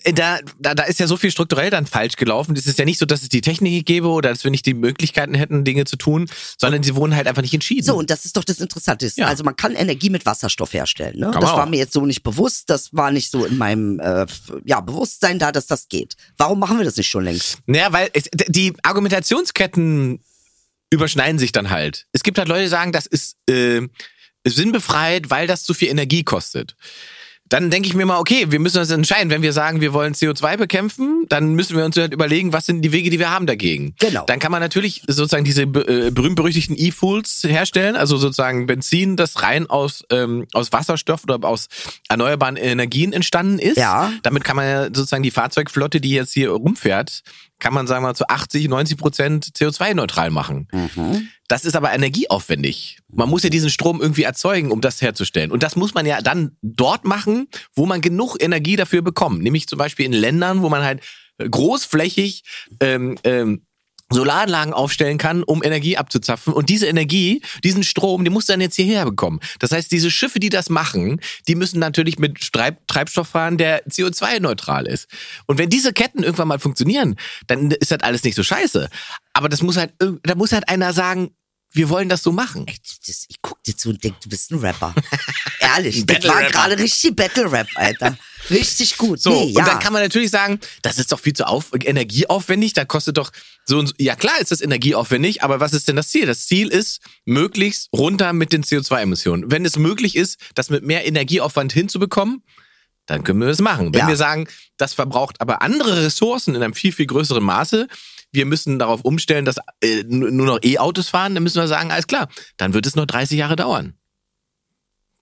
äh, da, da, da ist ja so viel strukturell dann falsch gelaufen. Es ist ja nicht so, dass es die Technik gäbe oder dass wir nicht die Möglichkeiten hätten, Dinge zu tun, sondern sie wurden halt einfach nicht entschieden.
So, und das ist doch das Interessante.
Ja.
Also man kann Energie mit Wasserstoff herstellen. Ne?
Kann
Das
man
war
auch.
mir jetzt so nicht bewusst. Das war nicht so in meinem äh, ja, Bewusstsein da, dass das geht. Warum machen wir das nicht schon längst?
Naja, weil es, d- die Argumentationsketten überschneiden sich dann halt. Es gibt halt Leute, die sagen, das ist äh, sinnbefreit, weil das zu viel Energie kostet. Dann denke ich mir mal, okay, wir müssen uns entscheiden. Wenn wir sagen, wir wollen CO2 bekämpfen, dann müssen wir uns halt überlegen, was sind die Wege, die wir haben dagegen.
Genau.
Dann kann man natürlich sozusagen diese be- äh, berühmt-berüchtigten E-Fuels herstellen, also sozusagen Benzin, das rein aus, ähm, aus Wasserstoff oder aus erneuerbaren Energien entstanden ist.
Ja.
Damit kann man ja sozusagen die Fahrzeugflotte, die jetzt hier rumfährt, kann man sagen wir mal zu 80, 90 Prozent CO2-neutral machen. Mhm. Das ist aber energieaufwendig. Man muss ja diesen Strom irgendwie erzeugen, um das herzustellen. Und das muss man ja dann dort machen, wo man genug Energie dafür bekommt. Nämlich zum Beispiel in Ländern, wo man halt großflächig ähm, ähm, Solaranlagen aufstellen kann, um Energie abzuzapfen. Und diese Energie, diesen Strom, den muss dann jetzt hierher bekommen. Das heißt, diese Schiffe, die das machen, die müssen natürlich mit Streib Treibstoff fahren, der CO2-neutral ist. Und wenn diese Ketten irgendwann mal funktionieren, dann ist das alles nicht so scheiße. Aber das muss halt, da muss halt einer sagen, wir wollen das so machen.
Ey, das, ich guck dir zu und denk, du bist ein Rapper. (laughs) Ehrlich, das war gerade richtig Battle Rap, Alter. Richtig gut.
So,
nee, ja.
und dann kann man natürlich sagen, das ist doch viel zu auf energieaufwendig, da kostet doch so und so. Ja, klar ist das energieaufwendig, aber was ist denn das Ziel? Das Ziel ist, möglichst runter mit den CO2-Emissionen. Wenn es möglich ist, das mit mehr Energieaufwand hinzubekommen, dann können wir das machen. Wenn
Ja.
wir sagen, das verbraucht aber andere Ressourcen in einem viel, viel größeren Maße, wir müssen darauf umstellen, dass äh, nu- nur noch E-Autos fahren, dann müssen wir sagen, alles klar, dann wird es nur 30 Jahre dauern.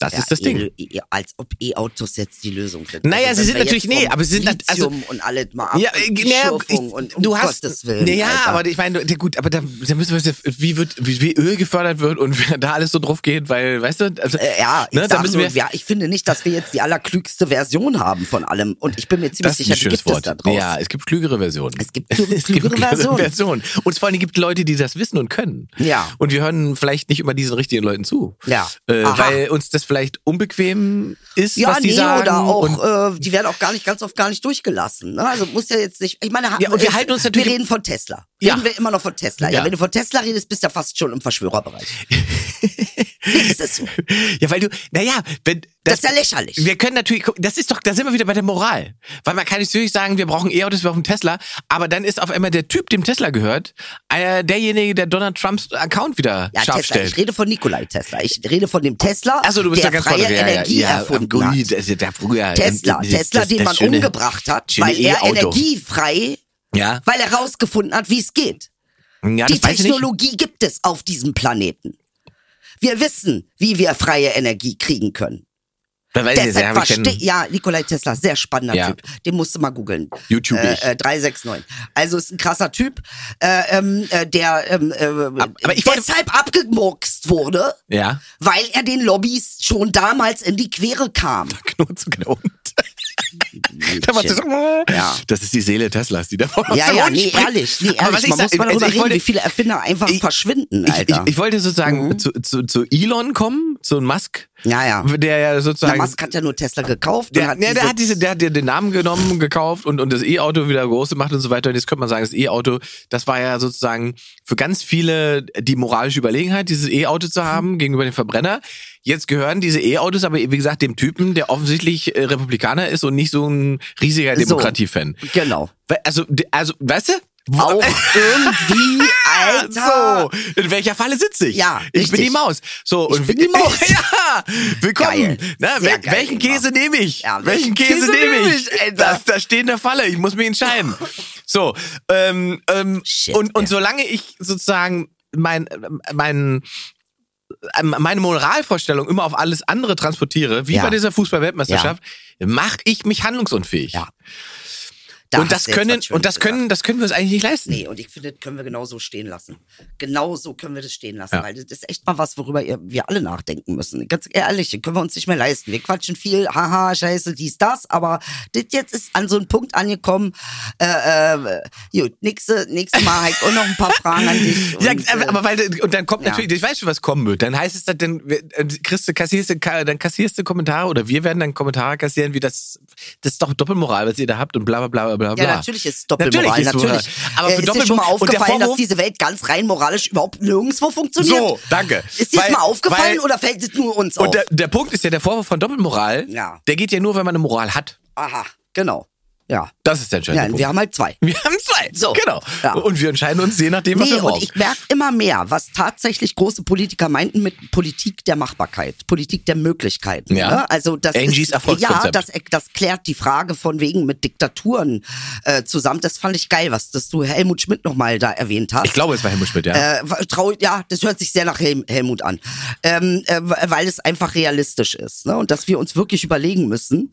Das
Ja,
ist das Ding.
eh- eh- Als ob E-Autos jetzt die Lösung sind.
Naja, sie sind
wenn wir
natürlich-
jetzt vom
nee, aber sie sind nat- also-
Lithium und alles mal ab.
Ja,
und
äh, naja,
Schürfung
ich-
und um
du hast,
Gottes Willen.
naja,
Alter.
aber ich meine, du- gut, aber da, da müssen wir, jetzt- wie wird, wie, wie Öl gefördert wird und (laughs) wer da alles so drauf geht, weil, weißt du, also,
Äh, ja, ich,
ne, da
sag
müssen wir,
nur, ja, ich finde nicht, dass wir jetzt die allerklügste Version haben von allem. Und ich bin mir ziemlich
das ist
sicher,
ein
die gibt
schönes Wort.
es da draußen.
ja, es gibt klügere Versionen. (laughs)
Es gibt klü- klügere Versionen.
Versionen. Und vor allem gibt es Leute, die das wissen und können.
Ja.
Und wir hören vielleicht nicht immer diesen richtigen Leuten zu.
Ja.
Äh,
Aha.
weil uns das vielleicht unbequem ist,
Ja,
was die
nee,
sagen.
oder
und
auch, äh, die werden auch gar nicht, ganz oft gar nicht durchgelassen. Ne? Also muss ja jetzt nicht, ich meine, ha-
Ja, und wir
äh,
halten uns natürlich-
Wir reden von Tesla.
Ja.
Reden wir immer noch von Tesla. Ja.
Ja.
wenn du von Tesla redest, bist du ja fast schon
(laughs)
im Verschwörerbereich. nee, es ist so.
(laughs) ja, weil du, naja, wenn,
Das, ist ja lächerlich.
Wir können natürlich, guck, das ist doch, da sind wir wieder bei der Moral. Weil man kann natürlich sagen, wir brauchen E-Autos, wir brauchen Tesla, aber dann ist auf einmal der Typ, dem Tesla gehört, äh, derjenige, der Donald Trumps Account wieder
ja,
scharf
Tesla.
stellt.
Ich rede von Nikolai Tesla. Ich rede von dem Tesla,
Achso, du bist
der
ja ganz
freie
vorne.
Energie
ja, ja,
erfunden
am
hat.
Gulli, das ist der früher,
Tesla,
Äh, ähm, das-
Tesla,
das-
den
das
man
schöne-
umgebracht hat,
schöne
weil er
E-Auto.
energiefrei,
Ja,
weil er rausgefunden hat, wie es geht.
ja
Die
das weiß ich nicht.
Technologie gibt es auf diesem Planeten. Wir wissen, wie wir freie Energie kriegen können.
Da weiß ich nicht,
Deshalb
da Äh, hab ich
verstehe
keinen-
ja Nikolai Tesla, sehr spannender
Ja.
Typ. Den musst du mal googeln.
YouTube ich.
Äh, äh, 369. Also ist ein krasser Typ, äh, ähm, äh, der ähm, äh,
aber ich wollte-
deshalb abgemurkst wurde, (laughs)
Ja,
weil er den Lobbys schon damals in die Quere kam.
Knurz und genau. Da war sie so,
Ja.
Das ist die Seele Teslas, die da vorne
Ja,
aus dem
ja,
Mund
nee,
springt.
ehrlich, nee,
Aber was
ehrlich,
ich
man
sag-
muss mal
also
darüber
ich
reden,
wollte-
wie viele Erfinder einfach
Ich-
verschwinden,
Ich, ich,
Alter. Mhm.
ich wollte sozusagen zu, zu, zu Elon kommen, zu Musk,
ja, ja.
der ja
Der
sozusagen.
Musk hat ja nur Tesla gekauft.
der,
und hat
ne, der
diese-
hat diese, der hat ja den Namen genommen, gekauft und, und das E-Auto wieder groß gemacht und so weiter. Und jetzt könnte man sagen, das E-Auto, das war ja sozusagen für ganz viele die moralische Überlegenheit, dieses E-Auto zu haben
Mhm.
gegenüber dem Verbrenner. Jetzt gehören diese E-Autos aber, wie gesagt, dem Typen, der offensichtlich äh, Republikaner ist und nicht so ein riesiger
So.
Demokratiefan.
Genau.
We- Also, d- also, weißt du? Wo-
Auch
(laughs)
irgendwie, Alter.
So, in welcher Falle sitze ich?
Ja,
ich bin
richtig.
die Maus. So,
Ich bin die Maus.
(laughs) ja, willkommen.
Geil.
Na,
Sehr
wel-
geil,
welchen
Ingmar.
Käse nehme ich?
Ja,
welchen Käse, nehme ich?
Alter?
das, da steht in der Falle. Ich muss mich entscheiden. So, ähm, ähm,
Shit,
und,
ey.
und solange ich sozusagen mein, mein, ähm, meine Moralvorstellung immer auf alles andere transportiere, wie
Ja.
bei dieser Fußball-Weltmeisterschaft, mache ich mich handlungsunfähig.
Ja.
und das
hast du jetzt
können,
was Schönes
und das
gesagt.
können, das können wir uns eigentlich nicht leisten.
Nee, und ich finde, das können wir genauso stehen lassen. Genauso können wir das stehen lassen,
Ja.
weil das ist echt mal was, worüber ihr, wir alle nachdenken müssen. Ganz ehrlich, das können wir uns nicht mehr leisten. Wir quatschen viel, haha, scheiße, dies, das, aber das jetzt ist an so einen Punkt angekommen. Äh, äh, gut, nächste, nächste Mal habe ich auch noch ein paar Fragen an dich.
(laughs) Ja,
und,
aber-
äh,
aber weil, und dann kommt
ja.
natürlich, ich weiß schon, was kommen wird. Dann heißt es dann, dann äh, kriegst du, kassierst du, ka- dann kassierst du Kommentare oder wir werden dann Kommentare kassieren, wie das, das ist doch Doppelmoral, was ihr da habt und bla bla bla bla bla.
Ja, natürlich ist es Doppelmoral,
Natürlich ist
natürlich.
Moral. Aber
Äh,
für
ist dir schon mal
Doppelmoral- und der
aufgefallen, dass
Vorwurf-
diese Welt ganz rein moralisch überhaupt nirgendwo funktioniert?
So, danke.
Ist dir das
Weil-
mal aufgefallen
weil-
oder fällt es nur uns auf?
Und der, der Punkt ist ja, der Vorwurf von Doppelmoral,
Ja.
der geht ja nur, wenn man eine Moral hat.
Aha, genau. Ja.
Das ist der entscheidende
Ja,
Punkt.
wir haben halt zwei.
wir haben zwei.
So.
Genau.
Ja.
Und wir entscheiden uns je nachdem, was
Nee,
wir
und
brauchen.
ich merke immer mehr, was tatsächlich große Politiker meinten mit Politik der Machbarkeit, Politik der Möglichkeiten.
Ja.
Ne? Also das
Angies
ist, ja,
Erfolgskonzept.
das, e- das klärt die Frage von wegen mit Diktaturen äh, zusammen. Das fand ich geil, was dass du Helmut Schmidt nochmal da erwähnt hast.
Ich glaube, es war Helmut Schmidt, ja.
Äh, trau, ja, das hört sich sehr nach Hel Helmut an, ähm, äh, weil es einfach realistisch ist ne? und dass wir uns wirklich überlegen müssen,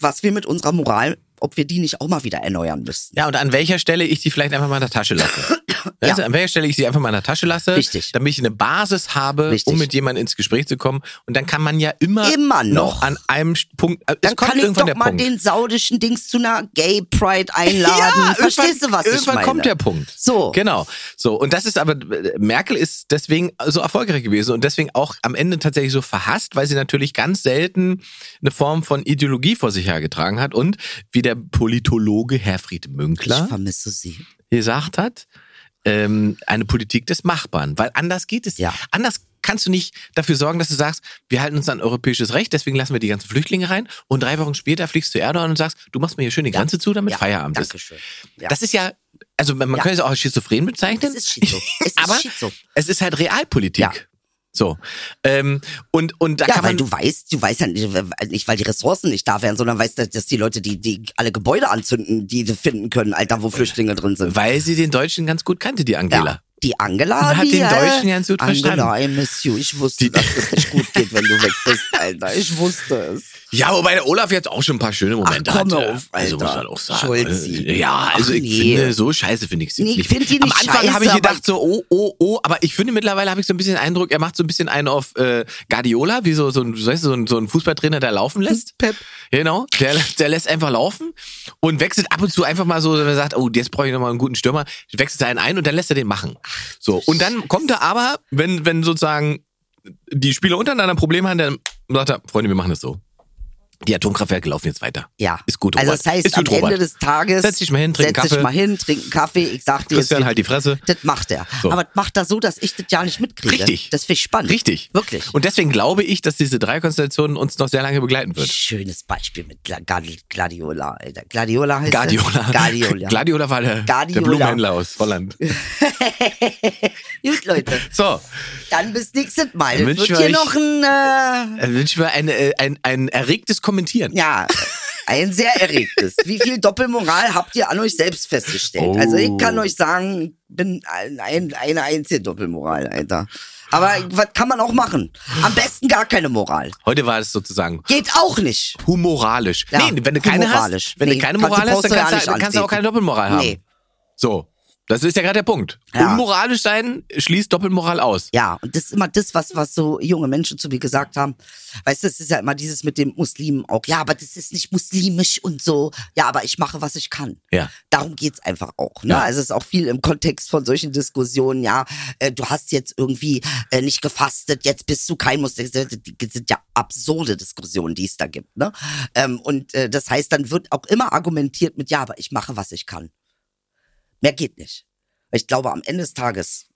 was wir mit unserer Moral ob wir die nicht auch mal wieder erneuern müssten.
Ja, und an welcher Stelle ich die vielleicht einfach mal in der Tasche
(coughs)
lasse. Weißt du, An welcher Stelle ich sie einfach mal in der Tasche lasse,
Richtig.
damit ich eine Basis habe,
Richtig.
um mit jemandem ins Gespräch zu kommen. Und dann kann man ja immer,
Immer noch.
an einem St- Punkt. äh, Es
Dann
kommt
kann ich
irgendwann
doch
der
mal
Punkt. (laughs)
den (laughs) saudischen Dings zu einer Gay Pride einladen.
Ja,
Verstehst du,
irgendwann-
was ich
Irgendwann
meine?
kommt der Punkt.
So.
Genau. So. Und das ist aber, Merkel ist deswegen so erfolgreich gewesen und deswegen auch am Ende tatsächlich so verhasst, weil sie natürlich ganz selten eine Form von Ideologie vor sich hergetragen hat und wie der Politologe Herfried
Ich
Münkler
vermisse sie.
gesagt hat, ähm, eine Politik des Machbaren, weil anders geht es
Ja.
Anders kannst du nicht dafür sorgen, dass du sagst, wir halten uns an europäisches Recht, deswegen lassen wir die ganzen Flüchtlinge rein und drei Wochen später fliegst du zu Erdogan und sagst, du machst mir hier schön die Grenze zu, damit
Ja,
Feierabend ist.
Dankeschön. Ja.
Das ist ja, also man, man
Ja.
könnte es auch als schizophren bezeichnen.
Es
(laughs)
ist Schizo. Es ist
aber
Schizo.
es ist halt Realpolitik.
Ja.
So. Ähm, und, und da
Ja,
kann
weil
man.
du weißt, du weißt ja nicht, nicht, weil die Ressourcen nicht da wären, sondern weißt, dass- dass die Leute, die, die alle Gebäude anzünden, die sie finden können, Alter, wo Flüchtlinge drin sind.
weil sie den Deutschen ganz gut kannte, die Angela.
Ja, die Angela,
Man hat
die,
den
äh,
Deutschen ganz gut
Angela,
verstanden.
I miss you. Ich wusste, dass es nicht gut geht, wenn du weg bist, Alter. Ich wusste es.
(laughs) Ja, wobei der Olaf jetzt auch schon ein paar schöne Momente
Ach, komm
hatte.
auf,
Also muss
Alter.
man auch sagen.
Schulzi.
Ja, also
Ach,
ich
nee.
finde, so scheiße finde ich sie
Nee, ich
nicht.
find die
Am
nicht
Anfang habe ich
scheiße,
gedacht so, oh, oh, oh, aber ich finde mittlerweile habe ich so ein bisschen den Eindruck, er macht so ein bisschen einen auf äh, Guardiola, wie so, so, ein, weißt du, so, ein, so ein Fußballtrainer, der
Hm,
laufen lässt.
Pep.
Genau, der, der lässt einfach laufen und wechselt ab und zu einfach mal so, wenn er sagt, oh, jetzt brauche ich nochmal einen guten Stürmer, wechselt er einen ein und dann lässt er den machen. So, und dann kommt er aber, wenn, wenn sozusagen die Spieler untereinander Probleme haben, dann sagt er, Freunde, wir machen das so. Die Atomkraftwerke laufen jetzt weiter.
Ja.
Ist gut,
Also
Robert.
das heißt,
Ist
am
gut, Robert.
Ende des Tages
Setz dich mal hin, trink
setz dich
Kaffee.
mal hin, trink einen Kaffee. Ich sag dir, es
Christian,
wird-
halt die Fresse.
Das macht er.
So.
Aber das macht er so, dass ich das ja nicht mitkriege.
Richtig.
Das finde ich spannend.
Richtig.
Wirklich.
Und deswegen glaube ich, dass diese drei Konstellationen uns noch sehr lange begleiten wird.
Schönes Beispiel mit Gla- Gla- Gladiola, Alter. Gladiola heißt
Guardiola. (laughs)
es? Gladiola.
Gladiola war der, der
Guardiola.
Blumenhändler aus Holland.
Gut, Leute.
So,
Dann bis nächstes Mal.
Dann
Es
wünschen
wird
wir
hier
euch-
noch ein, äh,
dann wünsche ich mir ein, äh, ein, ein erregtes Kommentieren.
ja, ein sehr erregtes. Wie viel Doppelmoral habt ihr an euch selbst festgestellt?
Oh.
Also ich kann euch sagen, bin ein, ein, eine einzige Doppelmoral, Alter. Aber was kann man auch machen? Am besten gar keine Moral.
Heute war es sozusagen
Geht auch nicht.
humoralisch.
Ja,
nee, wenn du keine
humoralisch.
hast, wenn
Nee,
du keine
kannst du-
Moral hast, dann
brauchst du ja
kannst,
nicht
du, dann kannst du auch
antreten.
keine Doppelmoral haben.
Nee.
So. Das ist ja gerade der Punkt.
Ja.
Unmoralisch sein schließt Doppelmoral aus.
Ja, und das ist immer das, was, was so junge Menschen zu mir gesagt haben. Weißt du, es ist ja immer dieses mit dem Muslimen auch. Ja, aber das ist nicht muslimisch und so. Ja, aber ich mache, was ich kann.
Ja.
Darum geht's einfach auch. Ne?
Ja.
Also es ist auch viel im Kontext von solchen Diskussionen. Ja, äh, du hast jetzt irgendwie äh, nicht gefastet, jetzt bist du kein Muslim. Das sind- das sind ja absurde Diskussionen, die es da gibt. Ne? Ähm, und äh, das heißt, dann wird auch immer argumentiert mit, ja, aber ich mache, was ich kann. Mehr geht nicht. Weil ich glaube, am Ende des Tages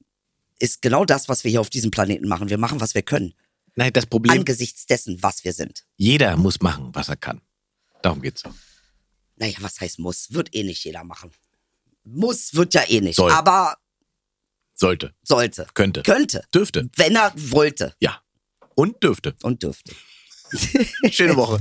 ist genau das, was wir hier auf diesem Planeten machen. Wir machen, was wir können.
Nein, das Problem,
Angesichts dessen, was wir sind.
jeder muss machen, was er kann. Darum geht's.
Naja, was heißt muss? Wird eh nicht jeder machen. Muss wird ja eh nicht.
Soll.
Aber
Sollte,
sollte.
könnte,
Könnte.
dürfte.
Wenn er wollte
Ja. Und dürfte.
und dürfte.
Schöne Woche.